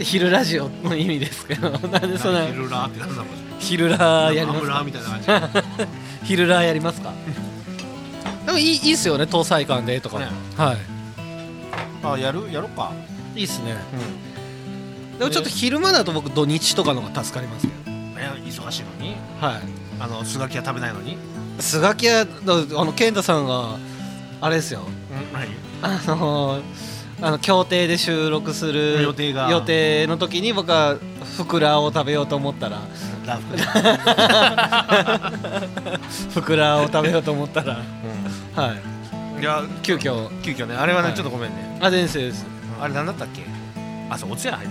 Speaker 2: 昼ラジオの意味ですけど なんでそんな
Speaker 3: 昼ラーってなんだろう
Speaker 2: 昼ラーやります
Speaker 3: 油
Speaker 2: か
Speaker 3: みたいな感じね
Speaker 2: 昼ラーやりますかでもいいいいっすよね搭載館でとか、は
Speaker 3: あやるやろうか
Speaker 2: いいいっすね、でもちょっと昼間だと僕土日とかの方が助かりますけど
Speaker 3: え忙しいのに
Speaker 2: はい
Speaker 3: あのスガキは食べないのに
Speaker 2: スガキ屋のあの健太さんがあれですよ
Speaker 3: はい
Speaker 2: あのー あの協定で収録する
Speaker 3: 予定が
Speaker 2: 予定の時に僕はふくらを食べようと思った ら
Speaker 3: ラフ
Speaker 2: ふくらを食べようと思ったらはい
Speaker 3: いや
Speaker 2: 急遽
Speaker 3: 急遽ねあれはね、
Speaker 2: はい
Speaker 3: ちょっとごめんね
Speaker 2: あ先生です
Speaker 3: あれ何だったっけあそうおつや入っ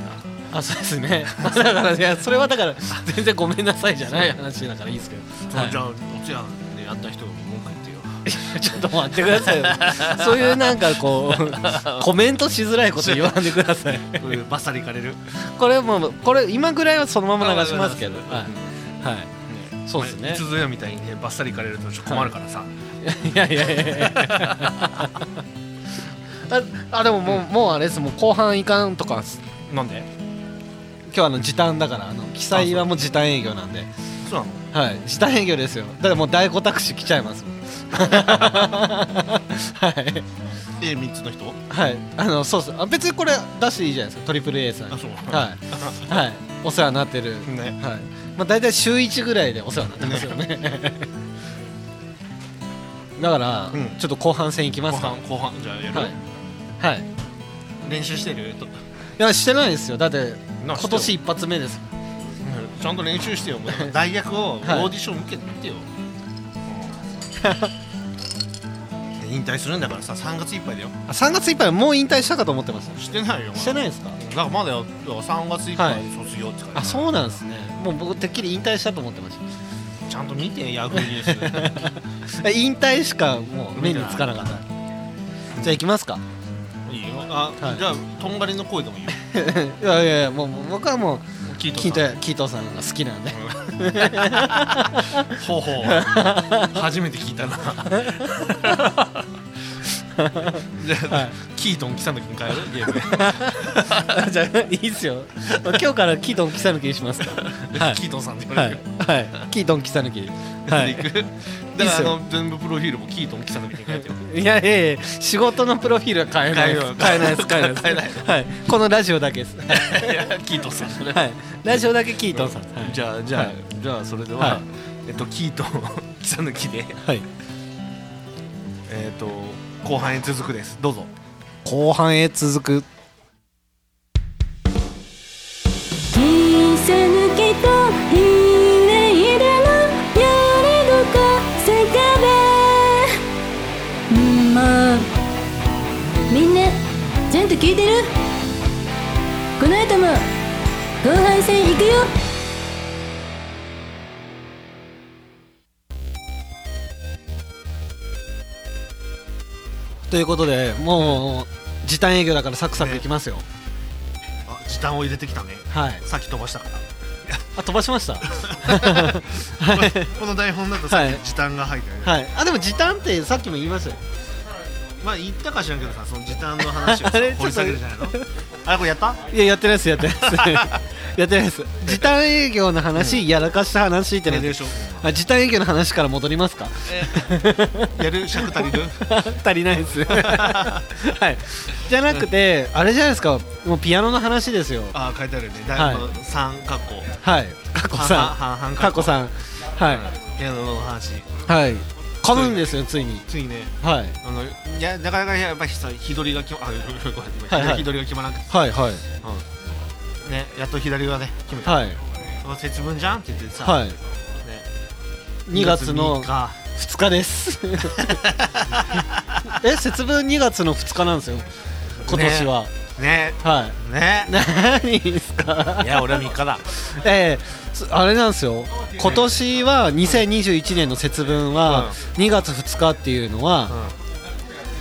Speaker 3: た
Speaker 2: あそうですね だからいやそれはだから全然ごめんなさいじゃない話だからいいですけど、はい
Speaker 3: じゃあおつやでやった人が文句言 って
Speaker 2: ちょ
Speaker 3: よ
Speaker 2: っと待ってくださいよそういうなんかこ うコメントしづらいこと言わんでください
Speaker 3: こういうバッサリいかれる
Speaker 2: これもうこれ今ぐらいはそのまま流しますけど
Speaker 3: あ
Speaker 2: はい、はいそうですね
Speaker 3: いつぞやみたいにねバッサリいかれるとちょっと困るからさ、
Speaker 2: いやいやいやいや ああでももう,、もうあれですもう後半いかんとかっす
Speaker 3: なんで
Speaker 2: 今日あの時短だからあの記載はもう時短営業なんで
Speaker 3: そうなの
Speaker 2: はい時短営業ですよだからもう大子タクシー来ちゃいますもん はい、
Speaker 3: で3つの人
Speaker 2: はい、あのそうっすあ別にこれ出していいじゃないですかトリプル a さんに
Speaker 3: あそう
Speaker 2: はい、はい、お世話になってる、
Speaker 3: ね
Speaker 2: はいまあ、大体週1ぐらいでお世話になってますよね だから、
Speaker 3: うん
Speaker 2: ちょっと後半戦いき
Speaker 3: 後
Speaker 2: ますか
Speaker 3: 半後半じゃあやる、
Speaker 2: はい、はい、い
Speaker 3: 練習してると
Speaker 2: やしてないですよだって
Speaker 3: な
Speaker 2: 今
Speaker 3: してよ
Speaker 2: 年一発目です
Speaker 3: ちゃんと練習してよもうだから大学をオ
Speaker 2: はい
Speaker 3: ーディション受けてみて よ、うん引退するんだからさ3月いっぱいだよ
Speaker 2: あ3月いっぱいはもう引退したかと思ってまし
Speaker 3: してないよ
Speaker 2: たしてないいですか
Speaker 3: だからまだよだから3月いっぱいで卒業って書いてあ
Speaker 2: あ
Speaker 3: る
Speaker 2: そうなんですねもう僕てっきり引退したと思ってまし
Speaker 3: ちゃんと見てヤフーニュ ース
Speaker 2: たえ引退しかもう目につかなかったじゃあ行きますか
Speaker 3: いいよあ、
Speaker 2: はい
Speaker 3: じゃあとんがりの声でもいいよ
Speaker 2: いやいやいやもうもう僕はもう
Speaker 3: 聞い
Speaker 2: キー
Speaker 3: た
Speaker 2: トキートさんが好きなんで
Speaker 3: ほうほう 初めて聞いたなじゃあ、
Speaker 2: はい
Speaker 3: キートン来た時に帰るゲームで、
Speaker 2: あ じゃあいいっすよ今日からキートンキサ抜きにしますかはい
Speaker 3: キートンさんって言わ
Speaker 2: は
Speaker 3: れる
Speaker 2: い
Speaker 3: よ、
Speaker 2: はいキートンキサ抜きはい
Speaker 3: 行くだからあの全部プロフィールもキートン来た時に書いてよ
Speaker 2: いやいやいや仕事のプロフィールは変えないです変え
Speaker 3: 変え
Speaker 2: ない
Speaker 3: ない
Speaker 2: です変えないです
Speaker 3: 変えない
Speaker 2: はいこのラジオだけです
Speaker 3: キートンさんそれ
Speaker 2: はいラジオだけキートンさんはい
Speaker 3: じゃあじゃあ、
Speaker 2: はい
Speaker 3: じゃあそれでは、
Speaker 2: はい
Speaker 3: えっとキートン木さぬきで
Speaker 2: はい
Speaker 3: えっと後半へ続くですどうぞ
Speaker 2: 後半へ続く
Speaker 6: 「切抜けとひねいでのやりどこせかべ」んーまあみんなちゃんと聞いてるこの後も後半戦行くよ
Speaker 2: ということでもう時短営業だからサクサクいきますよ
Speaker 3: あ時短を入れてきたね
Speaker 2: はい
Speaker 3: さっき飛ばしたから
Speaker 2: あ飛ばしました
Speaker 3: この台本だと
Speaker 2: さ
Speaker 3: さ
Speaker 2: っき
Speaker 3: 時短が入ってる、
Speaker 2: はいあでも時短ってさっきも言いましたよ
Speaker 3: まあ言ったか知らんけどさその時短の話 を
Speaker 2: あれ
Speaker 3: 掘り下げるじゃないのあれこれやった
Speaker 2: いややってないですやってないですやってないです時短営業の話、やらかした話ってなんで
Speaker 3: しょ
Speaker 2: あ時短営業の話から戻りますか
Speaker 3: やる尺足 りる
Speaker 2: 足りないです はいじゃなくて、あれじゃないですかもうピアノの話ですよ
Speaker 3: あ書いてあるよね
Speaker 2: はい
Speaker 3: 台本3かっこ
Speaker 2: はい過去さん
Speaker 3: 半々半々
Speaker 2: 過去さんはい、
Speaker 3: ピアノの話
Speaker 2: はい噛むんですよついに
Speaker 3: ついね
Speaker 2: はい
Speaker 3: あのいやなかなかやっぱりさ日取りが決ま あごめん
Speaker 2: はいはい
Speaker 3: 日取りが決まらなくて
Speaker 2: はいはい
Speaker 3: ねやっと左側ね決めた、
Speaker 2: はい
Speaker 3: その節分じゃんって言ってさ、
Speaker 2: はい
Speaker 3: ね、
Speaker 2: 2月の
Speaker 3: 2日
Speaker 2: 2日です え節分2月の2日なんですよ今年は、
Speaker 3: ね
Speaker 2: はい
Speaker 3: ね
Speaker 2: 何ですか
Speaker 3: いや俺は3日だ
Speaker 2: ええすあれなんですよ今年は2021年の節分は2月2日っていうのは、も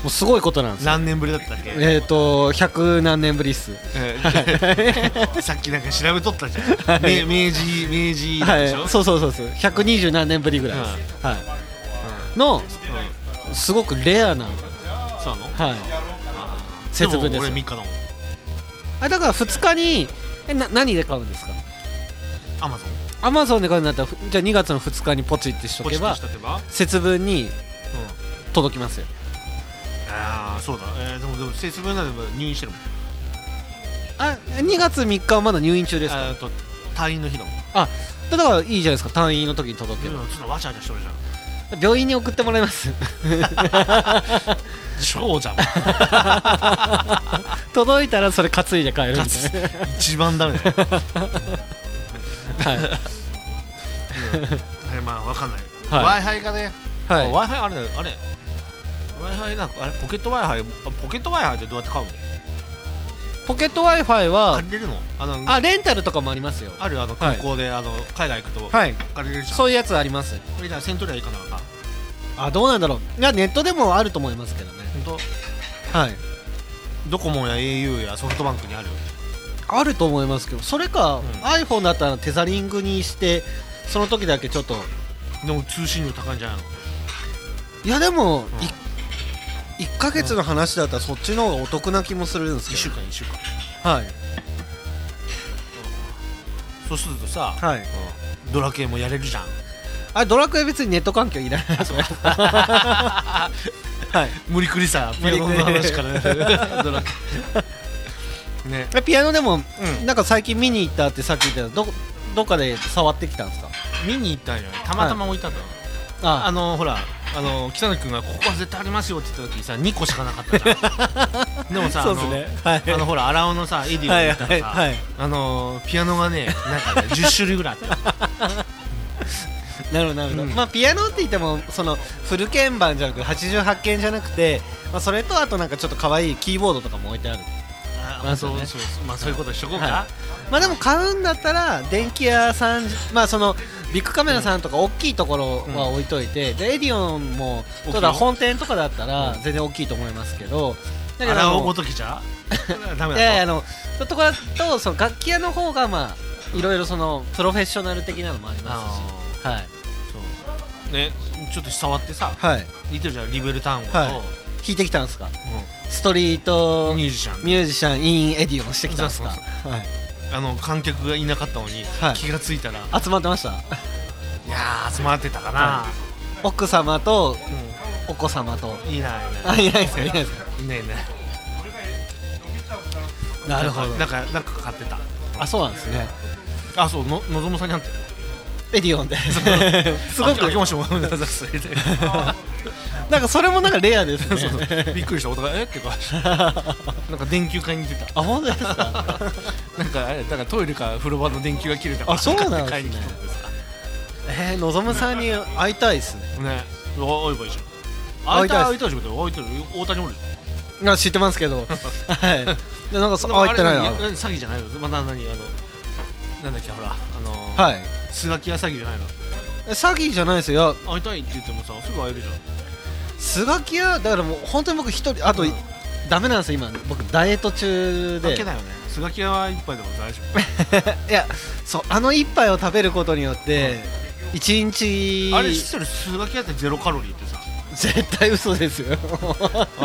Speaker 2: うすごいことなんですよ
Speaker 3: 何年ぶりだったっけ、
Speaker 2: えっ、と100何年ぶりっす
Speaker 3: え ーさっきなんか調べとったじゃん、
Speaker 2: はい
Speaker 3: め明治明治
Speaker 2: は
Speaker 3: で
Speaker 2: い
Speaker 3: しょ、
Speaker 2: そうそうそうそう120何年ぶりぐらいです、はいのすごくレアな、
Speaker 3: うんそうなの
Speaker 2: はい、節分で
Speaker 3: も
Speaker 2: す
Speaker 3: 俺3日だもん
Speaker 2: あだから2日にえな何で買うんですか
Speaker 3: アマゾン
Speaker 2: アマゾンで買うんだったらふじゃあ2月の2日にポチってしとけば
Speaker 3: ポチッとしとけば、うん、
Speaker 2: 節分に届きますよ
Speaker 3: ああそうだ、えー、でもでも節分なんで入院してるもん
Speaker 2: あ2月3日はまだ入院中ですか
Speaker 3: えーと退院の日だもん
Speaker 2: あだからいいじゃないですか退院の時に届け
Speaker 3: で
Speaker 2: ば
Speaker 3: もちょっとわちゃわちゃしてるじゃん
Speaker 2: 病院に送ってもらいます
Speaker 3: 超じゃん
Speaker 2: 届いたらそれ担いで帰るんで、は
Speaker 3: 一番ダメだよ、
Speaker 2: い
Speaker 3: はい、まあわかんない、
Speaker 2: は
Speaker 3: w i f i がね、
Speaker 2: はい
Speaker 3: w i f i あれだよあれ w i f i なんかあれポケット w i f i ポケット w i f i ってどうやって買うの
Speaker 2: ポケット w i f i は
Speaker 3: 借りれるのあの
Speaker 2: あレンタルとかもありますよ
Speaker 3: あるあの
Speaker 2: はい
Speaker 3: 空港で、あの海外行くと
Speaker 2: はい
Speaker 3: 借りれるじゃん、
Speaker 2: そういうやつあります
Speaker 3: これじゃあセントリア行かなあかん
Speaker 2: あどうなんだろういやネットでもあると思いますけどね
Speaker 3: ほんと
Speaker 2: はい
Speaker 3: ドコモや au やソフトバンクにある
Speaker 2: あると思いますけどそれか、
Speaker 3: ん
Speaker 2: iPhone だったらテザリングにしてその時だけちょっと
Speaker 3: でも通信量高いんじゃないの
Speaker 2: いやでも、
Speaker 3: ん
Speaker 2: い一1か月の話だったらそっちの方がお得な気もするんです
Speaker 3: 1
Speaker 2: け
Speaker 3: 週
Speaker 2: ど、
Speaker 3: 間1週間
Speaker 2: はい
Speaker 3: そうするとさ、
Speaker 2: はい
Speaker 3: うんドラクエもやれるじゃん
Speaker 2: あれドラクエ別にネット環境いらないですねはい
Speaker 3: 無理くりさ
Speaker 2: 無理くり
Speaker 3: ピアノの話から ねドラクエ ね
Speaker 2: えピアノでも、なんか最近見に行ったってさっき言ってたどどっかで触ってきたんですか
Speaker 3: 見に行ったんよたまたま置いたんだよ、
Speaker 2: あ
Speaker 3: あのほらあの北野君が「ここは絶対ありますよ」って言った時さ2個しかなかったじゃんでも さ
Speaker 2: そうですねはい
Speaker 3: あのあのほら荒尾のさエディが行ったらさ、
Speaker 2: はいはいはい
Speaker 3: あのピアノがねな んかね10種類ぐらいあったよ
Speaker 2: なるほどなるほど、
Speaker 3: うん
Speaker 2: まあピアノって言ってもそのフル鍵盤じゃなく88鍵じゃなくて、まあ、それとあとなんかちょっと可愛いキーボードとかも置いてある
Speaker 3: あ
Speaker 2: まあ
Speaker 3: そう
Speaker 2: そうね
Speaker 3: そうそうまあそういうことしとこうか、
Speaker 2: はまあでも買うんだったら電気屋さんまあそのビッグカメラさんとか大きいところは置いといて、でエディオンも
Speaker 3: 大きいよ
Speaker 2: ただ本店とかだったら全然大きいと思いますけどだけど
Speaker 3: 荒尾
Speaker 2: あ
Speaker 3: ごときじゃダ
Speaker 2: の
Speaker 3: メだと
Speaker 2: いやいやあのそういうところだとその楽器屋の方がまあいろいろそのプロフェッショナル的なのもあります
Speaker 3: あ
Speaker 2: しはい
Speaker 3: ーそうねちょっと触ってさ
Speaker 2: はい
Speaker 3: 似てるじゃんリベルタンゴと、
Speaker 2: はい弾いてきたんですかストリート
Speaker 3: ミュージシャン
Speaker 2: ミュージシャンインエディオンしてきたんですか
Speaker 3: そう
Speaker 2: はい
Speaker 3: あの観客がいなかったのに、
Speaker 2: はい
Speaker 3: 気がついたら
Speaker 2: 集まってました
Speaker 3: いやー集まってたかな、
Speaker 2: 奥様と
Speaker 3: うん
Speaker 2: お子様と
Speaker 3: いいな、いいな。
Speaker 2: あいないですよいないですよ
Speaker 3: いないいない。
Speaker 2: なるほど
Speaker 3: なんか、なんか買ってた。
Speaker 2: あそうなんですね
Speaker 3: あ、そう、の、のぞむさんに会ってる。
Speaker 2: エディオンですご
Speaker 3: あ
Speaker 2: く
Speaker 3: 明けま しておめでとうございます。みたい
Speaker 2: なん かそれもなんかレアですね
Speaker 3: なそうそうびっくりした、お互い、え っていうか、なんか電球買いに行って
Speaker 2: あ本当ですか
Speaker 3: た。なんか、あれ、だから、トイレか、風呂場の電球が切れたから。
Speaker 2: あそうなんですね
Speaker 3: 買いに来たんですか。
Speaker 2: えー、のぞむさんに会いたいですね
Speaker 3: ね、お、おいばいいじゃん。あ
Speaker 2: 会
Speaker 3: い
Speaker 2: いた
Speaker 3: た、
Speaker 2: い
Speaker 3: あいたでしょ、あいたでしょ、大谷おるじゃん。
Speaker 2: あ知ってますけ どはいで なんかそ
Speaker 3: でも
Speaker 2: あ会ってないな
Speaker 3: あれ何詐欺じゃないの、まだ、何、あの。なんだっけ、ほら、あのー。
Speaker 2: はい
Speaker 3: スガキ屋詐欺じゃないの。
Speaker 2: え詐欺じゃないですよいや
Speaker 3: 会いたいって言ってもさ、すぐ会えるじゃん。
Speaker 2: スガキ屋だからもう本当に僕一人あと、
Speaker 3: うん
Speaker 2: ダメなんですよ今僕ダイエット中で
Speaker 3: だけだよね。スガキ屋は一杯でも大丈夫。
Speaker 2: いやそうあの一杯を食べることによって一日
Speaker 3: あれ知ってる数学やってゼロカロリーってさ
Speaker 2: 絶対嘘です よ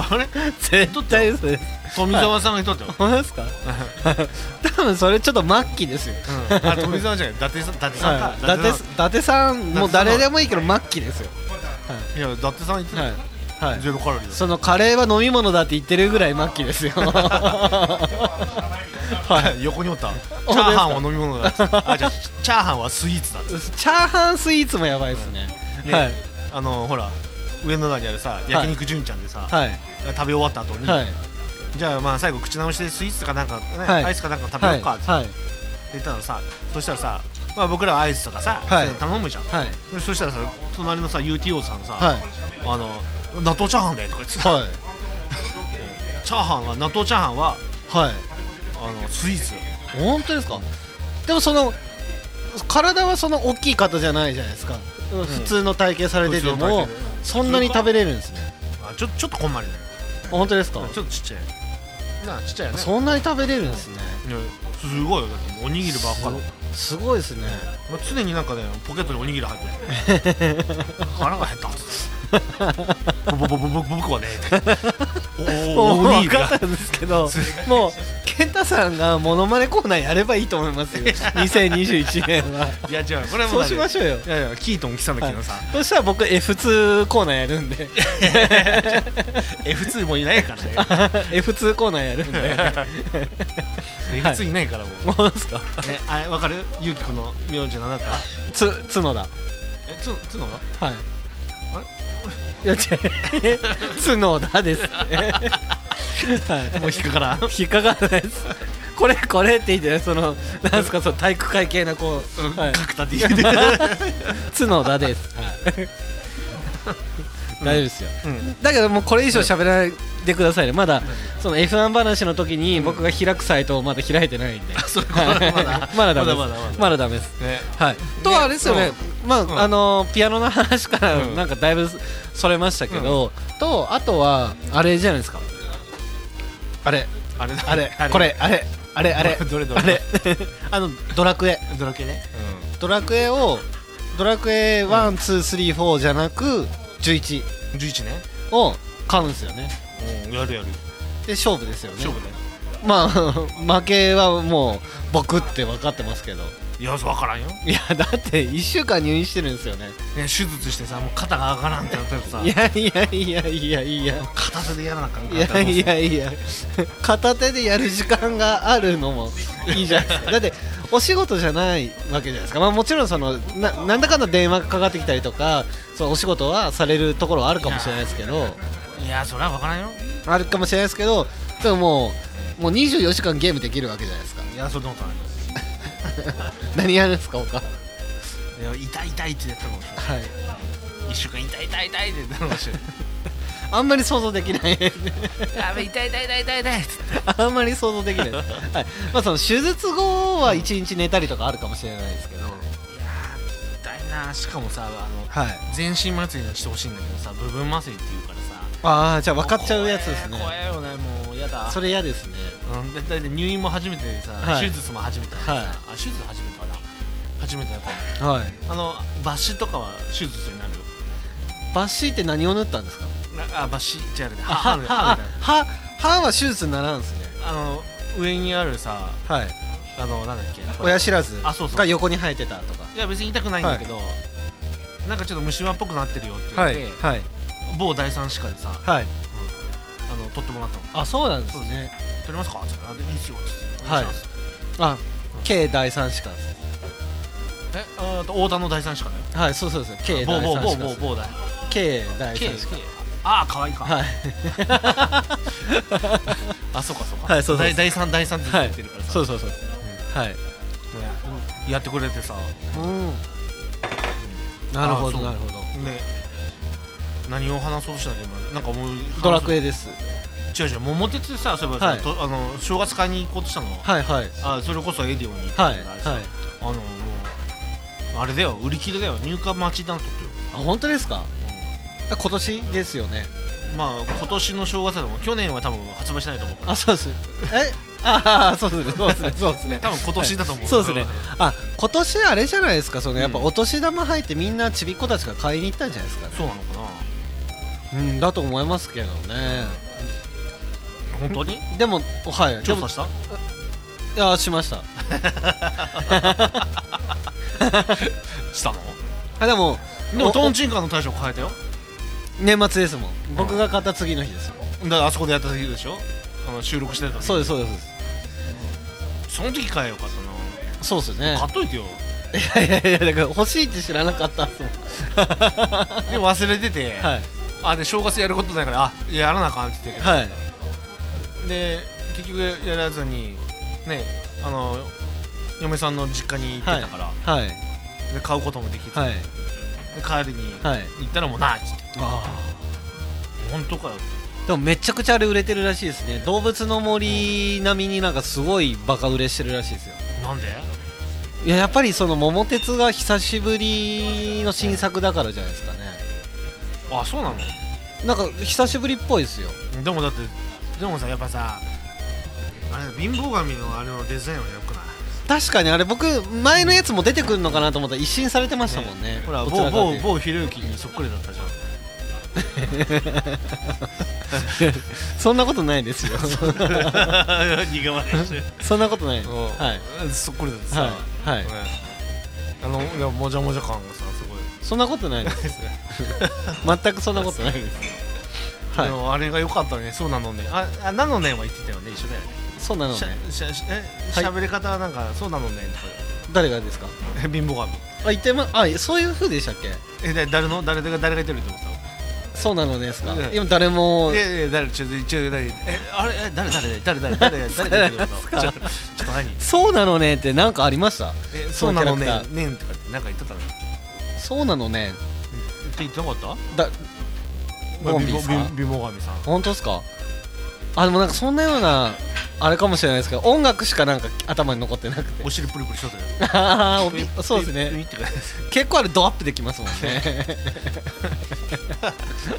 Speaker 3: あれ
Speaker 2: 絶対嘘です
Speaker 3: 富澤さんが言っとったよ、
Speaker 2: 本当ですか 多分それちょっと末期ですよ、
Speaker 3: うん、あ富澤じゃない伊達さん伊達さん
Speaker 2: は
Speaker 3: か
Speaker 2: い、伊達さん伊達さんもう誰でもいいけど末期ですよ
Speaker 3: いや伊達さん言ってた
Speaker 2: は
Speaker 3: よ
Speaker 2: い、はい、
Speaker 3: ゼロカロリーだ
Speaker 2: そのカレーは飲み物だって言ってるぐらい末期です よはい
Speaker 3: 横におった
Speaker 2: か
Speaker 3: チャーハンは飲み物だっつってあじゃあチャーハンはスイーツだっつって
Speaker 2: チャーハンスイーツもやばいですね、
Speaker 3: ね
Speaker 2: はい
Speaker 3: あのほら上野田にあるさ焼肉純ちゃんでさ、
Speaker 2: はい
Speaker 3: 食べ終わった後に、
Speaker 2: はい
Speaker 3: じゃあまあ最後口直しでスイーツかなんか、ね
Speaker 2: はい
Speaker 3: アイスかなんか食べ
Speaker 2: は
Speaker 3: よう
Speaker 2: い
Speaker 3: かって
Speaker 2: はい
Speaker 3: 言ったのさ、そしたらさ、まあ、僕らはアイスとかさ、
Speaker 2: はい
Speaker 3: そういうの頼むじゃん、
Speaker 2: はい
Speaker 3: でそしたらさ隣のさ UTO さんさ、
Speaker 2: はい
Speaker 3: あの納豆チャーハンだよとか言ってさ、
Speaker 2: はい
Speaker 3: チャーハンは納豆チャーハンは
Speaker 2: はい
Speaker 3: あのスイーツ
Speaker 2: 本当ですかでもその体はその大きい方じゃないじゃないですか、普通の体型されてて
Speaker 3: 普通の体
Speaker 2: も
Speaker 3: 型
Speaker 2: そんなに食べれるんですね
Speaker 3: あちょちょっと困るね
Speaker 2: あ本当ですか
Speaker 3: ちょっとちっちゃいなあちっちゃいよね
Speaker 2: そんなに食べれるんですね
Speaker 3: いやすごいよだってもうおにぎりばっかだもん
Speaker 2: すごいですね
Speaker 3: まあ常になんかねポケットにおにぎり入ってる腹が減ったっつってぼぼぼぼぼ僕はねおおおにぎり
Speaker 2: 分
Speaker 3: が
Speaker 2: かったんですけどもう健太さんがモノマネコーナーやればいいと思い ますよ2021年はい
Speaker 3: や違うこれはも
Speaker 2: そうしまし
Speaker 3: ょ
Speaker 2: ょうよ
Speaker 3: いやいやキートン来たんだけどさ
Speaker 2: そしたら僕 F2 コーナーやるんで
Speaker 3: F2 もういないからね
Speaker 2: F2 コーナーやるんで
Speaker 3: F2 いないからもう
Speaker 2: もうですか
Speaker 3: えあれわかるゆうきくんの名字何だった
Speaker 2: つ角田
Speaker 3: えつつのが
Speaker 2: はい。いや違う。角田ですね。はい。もう引っかから引っかからないです。これこれって言ってねそのなんすかその体育会系なこう、はい、
Speaker 3: 角田 D
Speaker 2: 角田です。 はい。大丈夫ですよ、だけどもうこれ以上喋らないでくださいねまだその F1 話の時に僕が開くサイトをまだ開いてないんで、はい まだダメです
Speaker 3: まだまだまだ
Speaker 2: まだダメです
Speaker 3: ね
Speaker 2: はい、とはあれですよね、まあ、
Speaker 3: ん
Speaker 2: あのピアノの話から
Speaker 3: うん
Speaker 2: なんかだいぶそれましたけど、とあとはあれじゃないですかあれ
Speaker 3: あれだ
Speaker 2: あれこれあれあれあ れ
Speaker 3: どれどれ
Speaker 2: あれあのドラクエ
Speaker 3: ドラケね
Speaker 2: ドラクエをドラクエ1234じゃなく11
Speaker 3: 11ね
Speaker 2: を買うんですよね
Speaker 3: うんやるやる
Speaker 2: で勝負ですよね
Speaker 3: 勝負ね
Speaker 2: まあ 負けはもう僕って分かってますけど
Speaker 3: いやわからんよ
Speaker 2: いやだって1週間入院してるんですよね
Speaker 3: ね手術してさもう肩が上がらんってなったらさ
Speaker 2: いやいやいやいやいや
Speaker 3: 片手でやらなあかんか
Speaker 2: い
Speaker 3: ったら
Speaker 2: や
Speaker 3: もう
Speaker 2: いやいや片手でやる時間があるのもいいじゃない ですかだってお仕事じゃないわけじゃないですか、まあ、もちろんそのななんだかんだ電話がかかってきたりとかそうお仕事はされるところはあるかもしれないですけど
Speaker 3: いやそれは分からんよ
Speaker 2: あるかもしれないですけどでももうもう24時間ゲームできるわけじゃないですか
Speaker 3: いやそれでもない
Speaker 2: 何やるんですか他はい
Speaker 3: いや痛い痛いってやったかもしれない一週間痛い痛い痛いってやったかもしれない
Speaker 2: あんまり想像できない
Speaker 3: やべ痛い痛い痛い痛い痛いっつって
Speaker 2: あんまり想像できない、はいまあ、その手術後は1日寝たりとかあるかもしれないですけど
Speaker 3: 痛いなしかもさあの
Speaker 2: はい
Speaker 3: 全身麻酔にしてほしいんだけどさ部分麻酔っていうからさ
Speaker 2: ああじゃあ分かっちゃうやつですね
Speaker 3: 怖いよねもうやだ
Speaker 2: それ嫌ですね
Speaker 3: うん、だだって入院も初めてでさ、
Speaker 2: はい
Speaker 3: 手術も初めてでさ、
Speaker 2: はい
Speaker 3: あ手術初めてかな初めてだった
Speaker 2: はい
Speaker 3: あの抜歯とかは手術になるよ
Speaker 2: 抜歯って何を縫ったんですか
Speaker 3: なあ抜歯じゃあるね
Speaker 2: あ
Speaker 3: 歯あるね歯あるね
Speaker 2: 歯歯は手術にならんですね
Speaker 3: あの上にあるさ
Speaker 2: はい
Speaker 3: あのなんだっけこれ
Speaker 2: 親知らず
Speaker 3: あそうそう
Speaker 2: が横に生えてたとか
Speaker 3: いや別に痛くないんだけど、なんかちょっと虫歯っぽくなってるよって言って、
Speaker 2: はい
Speaker 3: 某第三歯科でさ
Speaker 2: はい
Speaker 3: あの取ってもらったの
Speaker 2: あそうなんです
Speaker 3: そう
Speaker 2: ね
Speaker 3: 取れますかって言ったらあでいいっすよって
Speaker 2: はい
Speaker 3: お願いします
Speaker 2: あ計第三歯科です
Speaker 3: えあーと太田の第三歯科だよ
Speaker 2: はいそうそうそう計
Speaker 3: 某
Speaker 2: 第
Speaker 3: 某
Speaker 2: 三
Speaker 3: 某
Speaker 2: 歯科で
Speaker 3: 某
Speaker 2: す
Speaker 3: 某だよ
Speaker 2: 計第
Speaker 3: K
Speaker 2: 三歯科
Speaker 3: K ああ可愛いか
Speaker 2: はい
Speaker 3: あそうかそうか
Speaker 2: はいそうそう
Speaker 3: 第第三第三って
Speaker 2: は
Speaker 3: 言
Speaker 2: い
Speaker 3: ってるからさ、
Speaker 2: そうそうそうはい
Speaker 3: うんやってくれてさ
Speaker 2: うんなるほど
Speaker 3: あそう
Speaker 2: なるほど
Speaker 3: ね何を話そうとしたんだっけ今なんかもう
Speaker 2: ドラク
Speaker 3: エ
Speaker 2: エです
Speaker 3: 違う違う桃鉄でさそういえばさ、
Speaker 2: はい
Speaker 3: とあの正月会に行こうとしたの、
Speaker 2: はいはい
Speaker 3: あそれこそエディオンに行った
Speaker 2: は
Speaker 3: ん
Speaker 2: い
Speaker 3: だけどあれさ
Speaker 2: はい
Speaker 3: あのもうあれだよ売り切れだよ入荷待ちだとってよ
Speaker 2: あ本当ですか今年ですよね
Speaker 3: まあ今年の正月でも去年は多分発売してないと思うから
Speaker 2: あそうですえああそうですねそうですね そうですね
Speaker 3: 多分今年だと思う、
Speaker 2: そうですねあ今年あれじゃないですかそのやっぱお年玉入ってみんなちびっ子たちが買いに行ったんじゃないですかね
Speaker 3: そうなのか
Speaker 2: うんだと思いますけどね
Speaker 3: な本当に
Speaker 2: でもはいで
Speaker 3: 調
Speaker 2: も
Speaker 3: 査した
Speaker 2: いやしました
Speaker 3: したの
Speaker 2: あでも
Speaker 3: でも
Speaker 2: お
Speaker 3: トンチンカンの大将変えたよ
Speaker 2: 年末ですもん僕が買った次の日ですよ
Speaker 3: だからあそこでやった時でしょあの収録してた時
Speaker 2: そうですそうです
Speaker 3: その時買えよかった
Speaker 2: そうですそうです
Speaker 3: な
Speaker 2: ね
Speaker 3: 買っといてよ
Speaker 2: いやいやいやだから欲しいって知らなかったっすもんは
Speaker 3: で忘れてて、
Speaker 2: い
Speaker 3: あで正月やることないからあやらなあかんって言って、
Speaker 2: はい
Speaker 3: で結局やらずにねあの嫁さんの実家に行ってたから、
Speaker 2: はい
Speaker 3: で買うこともできて、
Speaker 2: はい
Speaker 3: で帰りに
Speaker 2: はい
Speaker 3: 行ったらもうないっつって
Speaker 2: あ
Speaker 3: 本当かよって
Speaker 2: でもめちゃくちゃあれ売れてるらしいですね動物の森並みになんかすごいバカ売れしてるらしいですよ
Speaker 3: なんで
Speaker 2: いややっぱりその桃鉄が久しぶりの新作だからじゃないですかね
Speaker 3: あそうなの
Speaker 2: なんか久しぶりっぽいですよ
Speaker 3: でもだってでもさやっぱさあれ貧乏神のあれのデザインはよくない
Speaker 2: 確かにあれ僕前のやつも出てくるのかなと思ったら一新されてましたもんね
Speaker 3: ほら
Speaker 2: どち
Speaker 3: 某
Speaker 2: らかと
Speaker 3: 某
Speaker 2: いうと
Speaker 3: 某ひろゆきにそっくりだったじゃん
Speaker 2: そんなことない ですよ
Speaker 3: 苦笑いして
Speaker 2: そんなことないです
Speaker 3: そう
Speaker 2: はい
Speaker 3: そっくりだってさ、
Speaker 2: はいはい
Speaker 3: ねあのいやもじゃもじゃ感がさすごい
Speaker 2: そんなことないです全くそんなことないですは
Speaker 3: で
Speaker 2: い
Speaker 3: もあれが良かったねそうなのねああなのねは言ってたよね一緒だよね
Speaker 2: そうなのね
Speaker 3: しゃしゃえ
Speaker 2: はい
Speaker 3: 喋り方はなんかそうなのね
Speaker 2: 誰がですか
Speaker 3: とか貧乏神
Speaker 2: あ言ってまあそういう風でしたっけ
Speaker 3: えだ誰の誰が誰が言ってるってこと
Speaker 2: そうなのねですか
Speaker 3: うん
Speaker 2: 今誰も
Speaker 3: いやいや誰ちょっと一応誰えあれえ誰誰誰誰 誰誰誰が言ってるのちょっとちょっと何
Speaker 2: そうなのねってなんかありました
Speaker 3: えそうなの
Speaker 2: そのキ
Speaker 3: ね
Speaker 2: ャラクタ
Speaker 3: ねんとかってなんか言ってたのって
Speaker 2: そうなのね
Speaker 3: 言ってなかった
Speaker 2: だボンビー
Speaker 3: 貧
Speaker 2: さん
Speaker 3: 乏貧乏神さん
Speaker 2: 本当ですかあでもなんかそんなようなあれかもしれないですけど音楽しかなんか頭に残ってなくて
Speaker 3: お尻プリプリしとったよ
Speaker 2: あーおび そうです
Speaker 3: ピ
Speaker 2: ね
Speaker 3: ッてか
Speaker 2: 結構あれドアップできますもん ね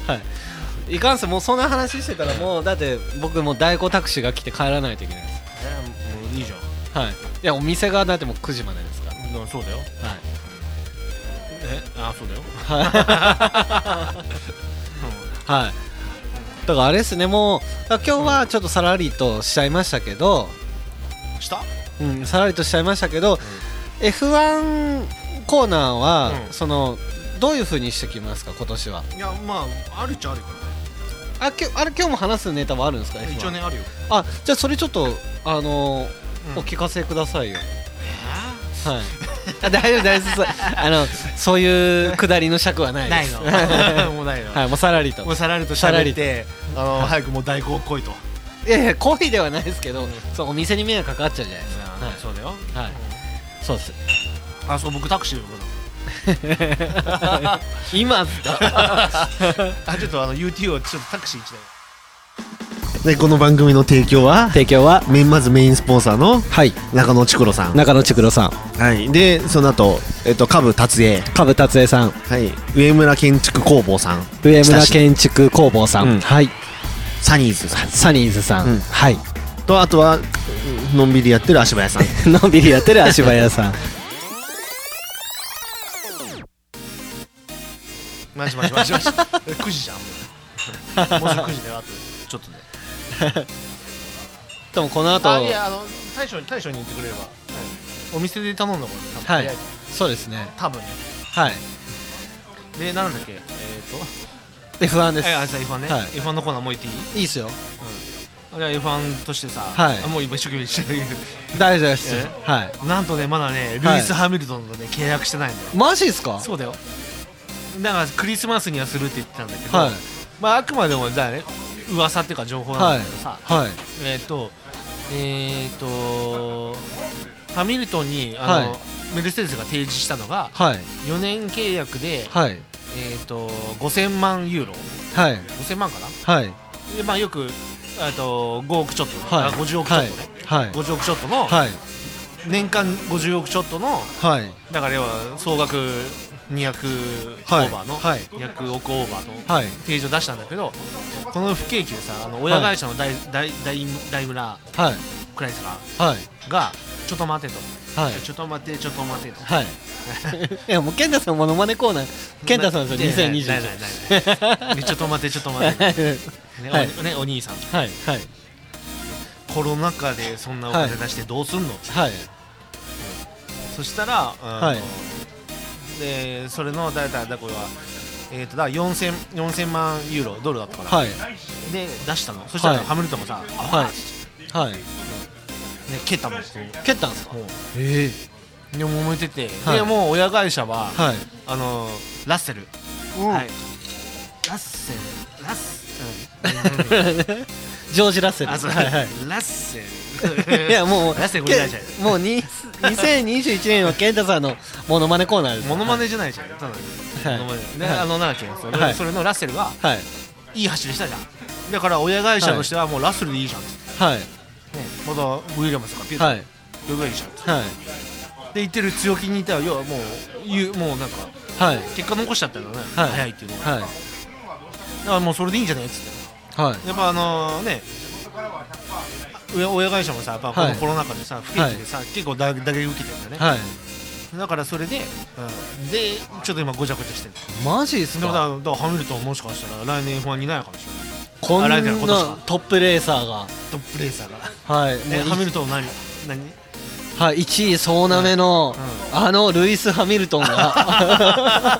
Speaker 2: はいいかんせんもうそんな話してたらもうだって僕もう代行タクシーが来て帰らないといけないです
Speaker 3: えもういいじゃん
Speaker 2: はいいやお店がだってもう9時までですから
Speaker 3: うんそうだよ
Speaker 2: はい
Speaker 3: えあそうだよ
Speaker 2: はい。だからあれですね、もうだから今日はちょっとさらりとしちゃいましたけど、
Speaker 3: した
Speaker 2: うん、さらりとしちゃいましたけど、F1 コーナーは、
Speaker 3: うん
Speaker 2: そのどういう風にしてきますか今年は。
Speaker 3: いやまああるっちゃあるよ
Speaker 2: あ、きょあれ今日も話すネタはあるんですか？F1
Speaker 3: 一応ね。あるよ
Speaker 2: あ、じゃあそれちょっとあのー
Speaker 3: うん
Speaker 2: お聞かせくださいよ。 はい。あ大丈夫大丈夫そうあのそういうくだりの尺はないです。
Speaker 3: のもうないの
Speaker 2: はい、もうさらりと
Speaker 3: も。うさらりと
Speaker 2: さらり
Speaker 3: 喋ってあの早くもう代行来いと
Speaker 2: いやいや恋ではないですけど、そうお店に迷惑かかっちゃうじゃないですか。はい
Speaker 3: そうだよ
Speaker 2: はい、そう です。
Speaker 3: あそう僕タクシー呼ぶの
Speaker 2: 今っすか
Speaker 3: あちょっとあの UTO ちょっとタクシー一台
Speaker 5: でこの番組の提供は
Speaker 4: 提供は
Speaker 5: メインまずメインスポンサーの
Speaker 4: はい
Speaker 5: 中野ちくろさん、
Speaker 4: 中野千黒さん
Speaker 5: はい、でその後、えっと下部達也、
Speaker 4: 株達江さん
Speaker 5: はい、上村建築工房さん
Speaker 4: 上村建築工房さん、
Speaker 5: うん
Speaker 4: はい
Speaker 5: サニーズさん
Speaker 4: サニーズさん、
Speaker 5: うん
Speaker 4: はい
Speaker 5: とあとはうんのんびりやってる足早さん
Speaker 4: のんびりやってる足早さん
Speaker 3: マジマジマジマジ9時じゃんもうもうすぐ9時だよあとちょっとね
Speaker 2: でもこの後
Speaker 3: あいやあの大将に大将に言ってくれればお店で頼んだもんね多分
Speaker 2: はいそうですね
Speaker 3: 多分ね
Speaker 2: はい
Speaker 3: でなんだっけえっと
Speaker 2: F1 です、
Speaker 3: ああじゃあ F1 ね
Speaker 2: はい
Speaker 3: F1 のコーナーもう行っていい
Speaker 2: い、いっすよ
Speaker 3: あれは F1 としてさ
Speaker 2: はい
Speaker 3: あもう今一生懸命してる
Speaker 2: 大丈夫です
Speaker 3: え
Speaker 2: はい
Speaker 3: なんとねまだねルイス・ハミルトンとね契約してないんだよ
Speaker 2: マジっすか
Speaker 3: そうだよだからクリスマスにはするって言ってたんだけど、
Speaker 2: はい
Speaker 3: まああくまでもだね噂っていうか情報なんだけどさ、
Speaker 2: はい
Speaker 3: えっ、とえっ、とハミルトンにあの、
Speaker 2: はい
Speaker 3: メルセデスが提示したのが
Speaker 2: はい
Speaker 3: 4年契約で、
Speaker 2: はい
Speaker 3: えっ、と5000万ユーロ
Speaker 2: はい
Speaker 3: 5000万かな
Speaker 2: はい
Speaker 3: でまあよくあと5億ちょっと、
Speaker 2: はい
Speaker 3: あ50億ちょっとね、
Speaker 2: はい
Speaker 3: 50億ちょっとの、
Speaker 2: はい
Speaker 3: 年間50億ちょっとの
Speaker 2: はい
Speaker 3: だから要は総額200オ
Speaker 2: はい
Speaker 3: ーバーの、
Speaker 2: はい
Speaker 3: 200億オーバーの
Speaker 2: はい
Speaker 3: 提示を出したんだけどこの不景気でさあの親会社の大,、大大大村
Speaker 2: はい
Speaker 3: クライスラ
Speaker 2: はい
Speaker 3: ーがちょっと待てと、
Speaker 2: はい
Speaker 3: ちょっと待てちょっと待てと。
Speaker 2: はいいやもう健太さんモノマネコーナー健太さんですよ
Speaker 3: なないない
Speaker 2: 2020
Speaker 3: ない ないねちょっと待てちょっと待て、ね
Speaker 2: はい
Speaker 3: おねお兄さん
Speaker 2: はいはい
Speaker 3: コロナ禍でそんなお金出してどうすんの、
Speaker 2: はい
Speaker 3: そしたら、あの
Speaker 2: はい
Speaker 3: でそれのだいたいだこれはえー、とだ4000 4000万ユーロドルだったから、
Speaker 2: はい
Speaker 3: で出したのそしたら
Speaker 2: はい
Speaker 3: ハムルトンもさ、
Speaker 2: はいはい
Speaker 3: ね、蹴ったもんこう
Speaker 2: 蹴ったんですか
Speaker 3: も
Speaker 2: ええ
Speaker 3: うで揉めてて、
Speaker 2: はい
Speaker 3: でもう親会社は、
Speaker 2: はい
Speaker 3: あのーラッセル、はいラッセルラッセル
Speaker 2: ジョージ・ラッセル
Speaker 3: あそう
Speaker 2: はい はい
Speaker 3: ラッセ ル
Speaker 2: いやもう
Speaker 3: ラッセルこれじゃないじゃ
Speaker 2: けもうに2021年は健太さんのモノマネコーナーです
Speaker 3: んモノマネじゃないじゃんただの
Speaker 2: はい
Speaker 3: モノマネで
Speaker 2: はい
Speaker 3: あのなんだっけそれ,、
Speaker 2: はい
Speaker 3: それのラッセルが
Speaker 2: はい
Speaker 3: いい走りしたじゃんだから親会社としてはもうラッスルでいいじゃんって、
Speaker 2: はい
Speaker 3: まだウィリアムズとかピュート
Speaker 2: は
Speaker 3: はいいいじゃんって
Speaker 2: はい
Speaker 3: で言ってる強気にいたら要はもう言うもうなんか
Speaker 2: はい
Speaker 3: 結果残しちゃったんだね、
Speaker 2: はい
Speaker 3: 早いっていうのは、
Speaker 2: はい
Speaker 3: だからもうそれでいいんじゃないっつって
Speaker 2: はい
Speaker 3: やっぱあのね親親会社もさやっぱこ
Speaker 2: は
Speaker 3: の
Speaker 2: い
Speaker 3: コロナ禍でさ不景気でさ、結構打打撃受けてるんだよね、
Speaker 2: はい
Speaker 3: だからそれで、うん、でちょっと今ごちゃごちゃしてる
Speaker 2: マジです
Speaker 3: でも
Speaker 2: か
Speaker 3: だだからハミルトンもしかしたら来年 F1 にないかもしれない
Speaker 2: こん
Speaker 3: あ
Speaker 2: な
Speaker 3: 来年のことですか
Speaker 2: トップレーサーが
Speaker 3: トップレーサーが
Speaker 2: はい
Speaker 3: え
Speaker 2: も
Speaker 3: ハ
Speaker 2: う
Speaker 3: ミルトン何何
Speaker 2: はい、1位総なめの、あのルイス・ハミル トンが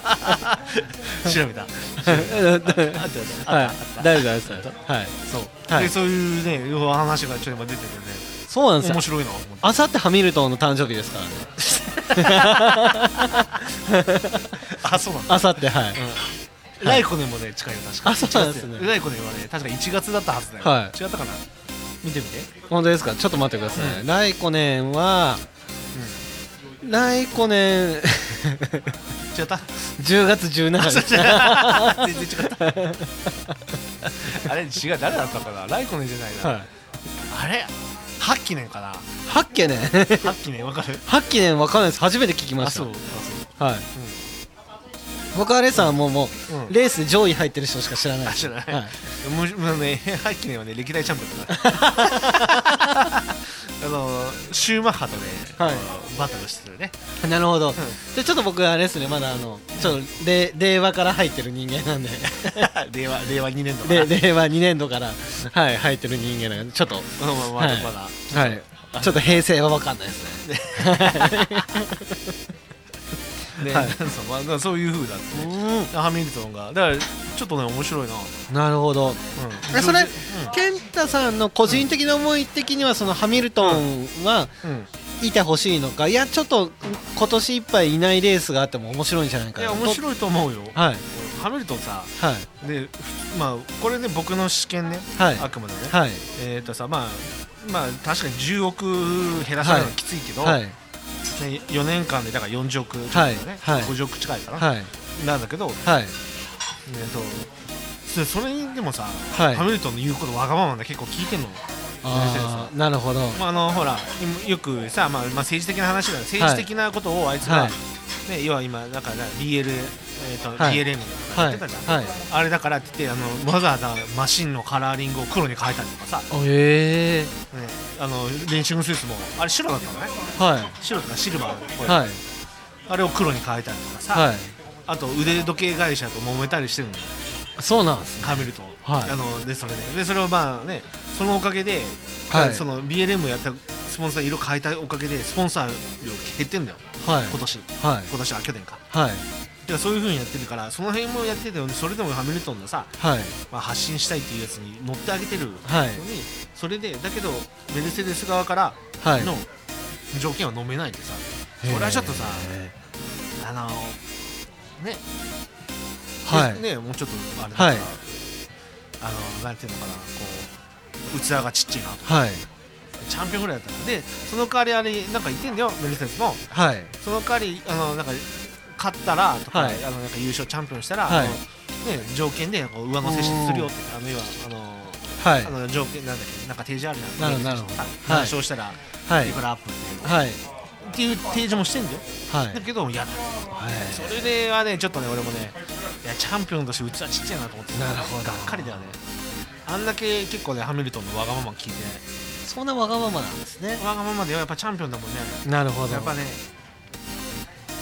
Speaker 3: 調べ
Speaker 2: は
Speaker 3: た
Speaker 2: い大丈夫です大丈夫ですはいそうは
Speaker 3: で
Speaker 2: い
Speaker 3: そういうね要は話がちょっと今出ててね
Speaker 2: そうなんですよ
Speaker 3: 面白いなと思って
Speaker 2: あさってハミルトンの誕生日ですからね
Speaker 3: あそうなんだ
Speaker 2: あさってはい、
Speaker 3: ライコネもね近いよ確か
Speaker 2: あそうなんですね
Speaker 3: 違うライコネはね確か1月だったはずだよ、
Speaker 2: はい
Speaker 3: 違ったかな見てみて
Speaker 2: 本当ですかちょっと待ってください、ライコネンは、ライコネン
Speaker 3: 違った
Speaker 2: 10月17日です
Speaker 3: あ 全然違 ったあれ違う誰だったかなライコネじゃないな、
Speaker 2: は
Speaker 3: あれハッキネンかなハ
Speaker 2: い、ハッケネン
Speaker 3: ッキネンわかる
Speaker 2: ハッケネンわかんないです初めて聞きま
Speaker 3: あ
Speaker 2: した
Speaker 3: そうあ
Speaker 2: はい、僕はレーサーももう、
Speaker 3: うん
Speaker 2: レース上位入ってる人しか知らないです
Speaker 3: 知らない
Speaker 2: はい
Speaker 3: そうむむあのねハッキネンはね歴代チャンピ オンだからあのシューマッハとね、
Speaker 2: はい
Speaker 3: あのバトルしてる ね
Speaker 2: なるほど、でちょっと僕あれですねまだあのちょっとれ令和から入ってる人間なんで
Speaker 3: 令和令和2年度から
Speaker 2: で令和2年度からはい入ってる人間なんでちょっと
Speaker 3: まあまあま
Speaker 2: は
Speaker 3: だ
Speaker 2: い
Speaker 3: まだ
Speaker 2: はいちょっと平成は分かんないですね
Speaker 3: ね、
Speaker 2: はい
Speaker 3: そうまあだからそういう風だって、
Speaker 2: う
Speaker 3: ね、
Speaker 2: ん
Speaker 3: ハミルトンがだからちょっとね面白いな、
Speaker 2: なるほど
Speaker 3: うん
Speaker 2: えそれ、
Speaker 3: うん
Speaker 2: 健太さんの個人的な思い的にはそのハミルトンは
Speaker 3: うん
Speaker 2: いてほしいのかいやちょっと今年いっぱいいないレースがあっても面白いんじゃないか
Speaker 3: い
Speaker 2: な
Speaker 3: や
Speaker 2: と
Speaker 3: 面白いと思うよ
Speaker 2: はい
Speaker 3: ハミルトンさ
Speaker 2: はい
Speaker 3: でふまあこれね僕の試験ね、
Speaker 2: はい
Speaker 3: あくまでね、
Speaker 2: はい
Speaker 3: えっ、とさまあまあ確かに10億減らすのはきついけど、
Speaker 2: はい
Speaker 3: ね、4年間でだから40億近いよね、
Speaker 2: はいはい
Speaker 3: 50億近いかな、
Speaker 2: はい
Speaker 3: なんだけど、
Speaker 2: はい
Speaker 3: えー、とそそれにでもさ、
Speaker 2: はい
Speaker 3: ハミルトンの言うことわがままで結構聞いてんの
Speaker 2: あーなるほど
Speaker 3: まあ、あのほら今よくさ、まあまあ、政治的な話だよ政治的なことをあいつが、
Speaker 2: はい
Speaker 3: ね、要は今だから BL、えーと
Speaker 2: はい
Speaker 3: BLM とか
Speaker 2: は
Speaker 3: やっ
Speaker 2: い
Speaker 3: てたじゃん、
Speaker 2: はい
Speaker 3: あれだからって言ってあのわざわざマシンのカラーリングを黒に変えたりとかさ、ね、
Speaker 2: ええ
Speaker 3: あの練習のスーツもあれ白だったのね
Speaker 2: はい
Speaker 3: 白とかシルバーこれ
Speaker 2: はい
Speaker 3: あれを黒に変えたりとかさ、
Speaker 2: はい
Speaker 3: あと腕時計会社と揉めたりしてるのよ
Speaker 2: そうなんです
Speaker 3: ハミルトン、
Speaker 2: はい
Speaker 3: あのでそれででそれをまあねそのおかげで、
Speaker 2: はい
Speaker 3: その BLM やったスポンサー色変えたおかげでスポンサー量減ってんだよ
Speaker 2: はい
Speaker 3: 今年
Speaker 2: はい
Speaker 3: 今年は去年か
Speaker 2: はい
Speaker 3: いやそういう風にやってるからその辺もやっててそれでもハミルトンのさ、
Speaker 2: はい
Speaker 3: まあ、発信したいっていうやつに乗ってあげてるのに、
Speaker 2: はい
Speaker 3: それでだけどメルセデス側から
Speaker 2: はい
Speaker 3: の条件は飲めないってさ、
Speaker 2: へー
Speaker 3: それはちょっとさあのね
Speaker 2: はい
Speaker 3: ねねもうちょっとあれだから、
Speaker 2: はい
Speaker 3: あのなんていうのかなこう器がちっちゃいなと
Speaker 2: はい
Speaker 3: チャンピオンぐらいだったらでその代わりあれなんか言ってんだよメルセデスも
Speaker 2: はい
Speaker 3: その代わりあのなんか勝ったらとか、
Speaker 2: はい
Speaker 3: あのなんか優勝チャンピオンしたら、
Speaker 2: はい
Speaker 3: あのね、条件でこう上乗せするよってあの要はあの、
Speaker 2: はい
Speaker 3: あの条件なんだっけなんか提示あるじゃ
Speaker 2: なんるほどなるほど
Speaker 3: さ
Speaker 2: はい
Speaker 3: 優勝したら、
Speaker 2: はい
Speaker 3: い、くらアップっていうの
Speaker 2: はい
Speaker 3: っていう提示もしてんだよ、
Speaker 2: はい
Speaker 3: だけどやだそれではねちょっとね俺もねいやチャンピオンとして器ちっちゃいなと思ってなるほどがっかりだよねあんだけ結構ねハミルトンのわがまま聞いてね
Speaker 2: そんなわがままなんですね
Speaker 3: わがままではやっぱチャンピオンだもんね
Speaker 2: なるほど
Speaker 3: やっぱ
Speaker 2: はい
Speaker 3: ね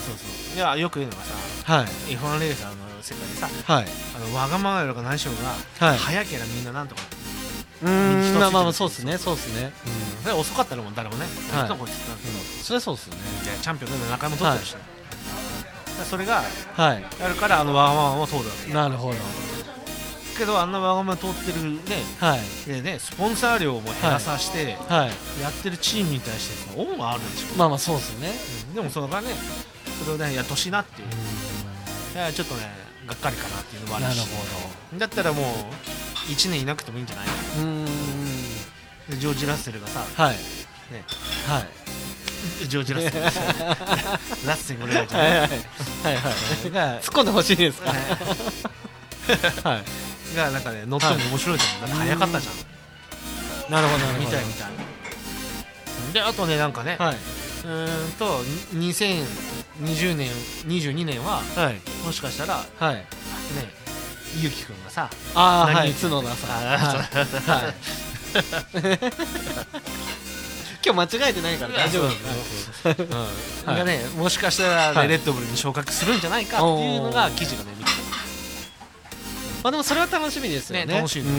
Speaker 3: そうそういやよく言うのがさ F1 レーサーの世界でさ
Speaker 2: はい
Speaker 3: あのわがままやろうが何しようが、
Speaker 2: はい
Speaker 3: 早ければみんななんとか、
Speaker 2: うーんまあまあま
Speaker 3: 一つ
Speaker 2: あそう
Speaker 3: 一つ
Speaker 2: ですねそうですね
Speaker 3: で遅かったらもう誰もね、
Speaker 2: はい
Speaker 3: なんとか言ってたんだけど、
Speaker 2: それはそうですね
Speaker 3: でチャンピオンでも中山取ってるし、だからそれが
Speaker 2: はい
Speaker 3: やるからあのわがままも通るわけ
Speaker 2: なるほど
Speaker 3: けどあんなわがまま通ってるね
Speaker 2: はい
Speaker 3: でねスポンサー料も減らさして、
Speaker 2: はい
Speaker 3: やってるチームに対してその恩はあるんでしょ、
Speaker 2: まあまあそうですね
Speaker 3: うんでもそのからねそれをねやってほしいなっていう、いやちょっとねがっかりかなっていうのもある
Speaker 2: な
Speaker 3: し
Speaker 2: る
Speaker 3: だったらもう1年いなくてもいいんじゃない
Speaker 2: ほどうーん
Speaker 3: でジョージ・ラッセルがさ、
Speaker 2: はい
Speaker 3: ね、
Speaker 2: はい
Speaker 3: ジョ ージ・ラッセルラッセルぐらいじゃ
Speaker 2: はい
Speaker 3: ない
Speaker 2: はいはいはい突っ込んでほしいですかはい
Speaker 3: がなんかね乗っても面白いと思う、なんか早かったじゃんなるほどみたいみたいであとねなんかね、
Speaker 2: はいう
Speaker 3: ーんとに2020年22年は
Speaker 2: はい
Speaker 3: もしかしたらね
Speaker 2: はい
Speaker 3: ゆうきくんがさ
Speaker 2: ああは
Speaker 3: 何
Speaker 2: い
Speaker 3: 言ってん
Speaker 2: 角田さん
Speaker 3: あー
Speaker 2: はい 今日間違えてないから大丈夫
Speaker 3: うん
Speaker 2: はい
Speaker 3: がねもしかしたらね、
Speaker 2: はい
Speaker 3: レッドブルに昇格するんじゃないかっていうのが記事がね見て
Speaker 2: まあでもそれは楽しみですよ
Speaker 3: ね
Speaker 2: ね
Speaker 3: 楽しいね、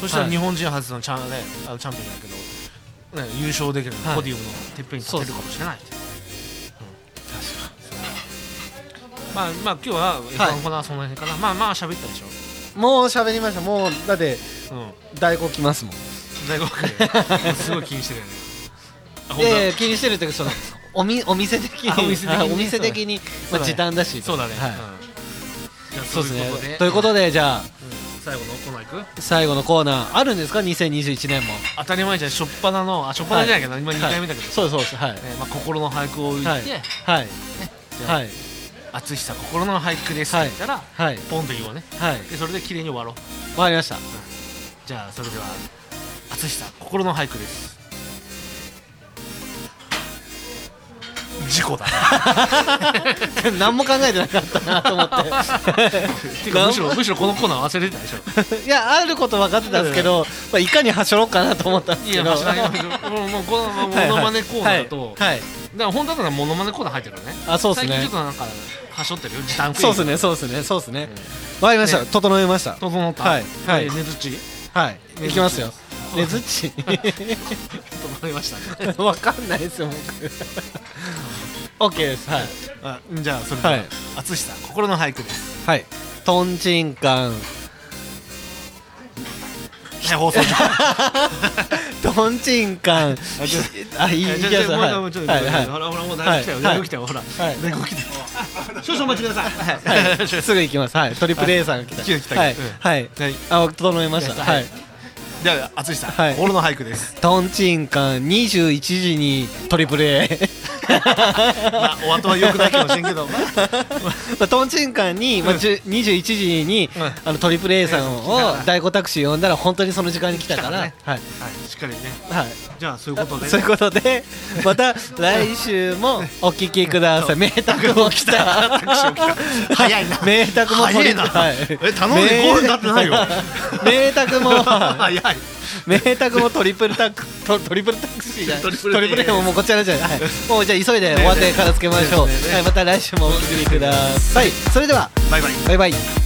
Speaker 3: そしたら
Speaker 2: はい
Speaker 3: 日本人初のチャン,、ね、あのチャンピオンだけど、ね、優勝できる、
Speaker 2: はい
Speaker 3: ポディウムのてっぺんに立てるかもしれない確かにまあまあ今日は F1 コーナーはその辺かな、まあまあ喋ったでし ょ
Speaker 2: もう喋りましたもうだって
Speaker 3: うん
Speaker 2: 大根来ますもん
Speaker 3: 大 学ですごい気にしてるよねあほんとだ
Speaker 2: で気にしてるっていうかそのおみお店的に
Speaker 3: あお店的にね
Speaker 2: あお店的にまあ時短だし
Speaker 3: そうだね、
Speaker 2: はい
Speaker 3: うんじゃあ
Speaker 2: そう
Speaker 3: そう
Speaker 2: です
Speaker 3: いうこと
Speaker 2: ね
Speaker 3: で
Speaker 2: ということでじゃあ
Speaker 3: 最後のコーナーいく
Speaker 2: 最後のコーナーあるんですか2021年も
Speaker 3: 当たり前じゃん初っ端のあ初っ端じゃないけど、今2回目だけど、
Speaker 2: はいそうですそうですはい
Speaker 3: えーまあ、心の俳句を言って、
Speaker 2: はいはい
Speaker 3: ゃあ
Speaker 2: はい
Speaker 3: 淳さん心の俳句ですって言ったら、
Speaker 2: はい
Speaker 3: ポンと言おうね
Speaker 2: はい
Speaker 3: でそれで綺麗に終わろう
Speaker 2: わかりました
Speaker 3: じゃあそれでは淳さん心の俳句です事故だな
Speaker 2: 何も考えてなかったなと思 って
Speaker 3: ていうかむしろむしろこのコーナー忘れてたでしょ
Speaker 2: いやあること分かってたんですけど、まあ、いかにはしょろうかなと思ったんです
Speaker 3: い
Speaker 2: け
Speaker 3: や
Speaker 2: ど
Speaker 3: まあしないけどもうもうこのモノマネコーナーと、
Speaker 2: はい、はいはい
Speaker 3: だから本当だったらモノマネコーナー入ってるからね
Speaker 2: あそうです
Speaker 3: 最近ち
Speaker 2: ね
Speaker 3: ょっとなんかはしょってるよ時短クイズ
Speaker 2: そうですねそうですねそうですねわかりました、
Speaker 3: ね
Speaker 2: 整えました
Speaker 3: 整った
Speaker 2: はいはい
Speaker 3: えーねずっち
Speaker 2: はい
Speaker 3: ね
Speaker 2: いきますよ
Speaker 3: ね
Speaker 2: ねず
Speaker 3: ずっ
Speaker 2: っち
Speaker 3: 整いましたね
Speaker 2: 分かんないですよ僕 OK ですはい
Speaker 3: あ じゃあそれでは、
Speaker 2: はい
Speaker 3: 淳さん心の俳句です
Speaker 2: はいとんちんかん
Speaker 3: ね放送
Speaker 2: とんちんかん
Speaker 3: ちょ
Speaker 2: あいい
Speaker 3: い
Speaker 2: い
Speaker 3: や
Speaker 2: い
Speaker 3: じ
Speaker 2: や
Speaker 3: ゃ
Speaker 2: つ
Speaker 3: じゃもう
Speaker 2: はい
Speaker 3: もうちょっと
Speaker 2: はいはい
Speaker 3: ほらほらもう大学来たよ
Speaker 2: はい
Speaker 3: 大学来たよほら
Speaker 2: はい
Speaker 3: 大学来たよ少々お待ちください
Speaker 2: はい すぐ行きますはいトリプル A さんが来た
Speaker 3: 来た来た
Speaker 2: はい
Speaker 3: うん
Speaker 2: はい
Speaker 3: はい
Speaker 2: あ整えました
Speaker 3: は
Speaker 2: はいい
Speaker 3: では淳さん
Speaker 2: はい
Speaker 3: 心の俳句です
Speaker 2: とんちんかん21時にトリプル A
Speaker 3: まあお後は良くないかもしれんけどまあ
Speaker 2: まあ、トンチンカンに、まあ、じゅ21時に、
Speaker 3: うん
Speaker 2: あのトリプル A さんを
Speaker 3: 来たから
Speaker 2: 大子タクシー呼んだら本当にその時間に来たから
Speaker 3: 来
Speaker 2: はい、
Speaker 3: はいしっかりね
Speaker 2: はい、
Speaker 3: じゃあそういうこと で
Speaker 2: そういうことでまた来週もお聞きく ださい名宅も来た
Speaker 3: 早いな
Speaker 2: 名宅も
Speaker 3: 早いな
Speaker 2: はい
Speaker 3: え頼んで5分経ってな いよ
Speaker 2: 名宅も
Speaker 3: 早い
Speaker 2: 名宅もトリプルタクトトリプルタクシーじゃないト
Speaker 3: トリ
Speaker 2: リ
Speaker 3: プル A
Speaker 2: プル A ももうこちらじゃない、はい、もうじゃあ急いで終わって片付けましょう、
Speaker 3: ねえねえねえ
Speaker 2: はい、また来週もお聞きくださいそれでは
Speaker 3: バイバイ
Speaker 2: バイバイ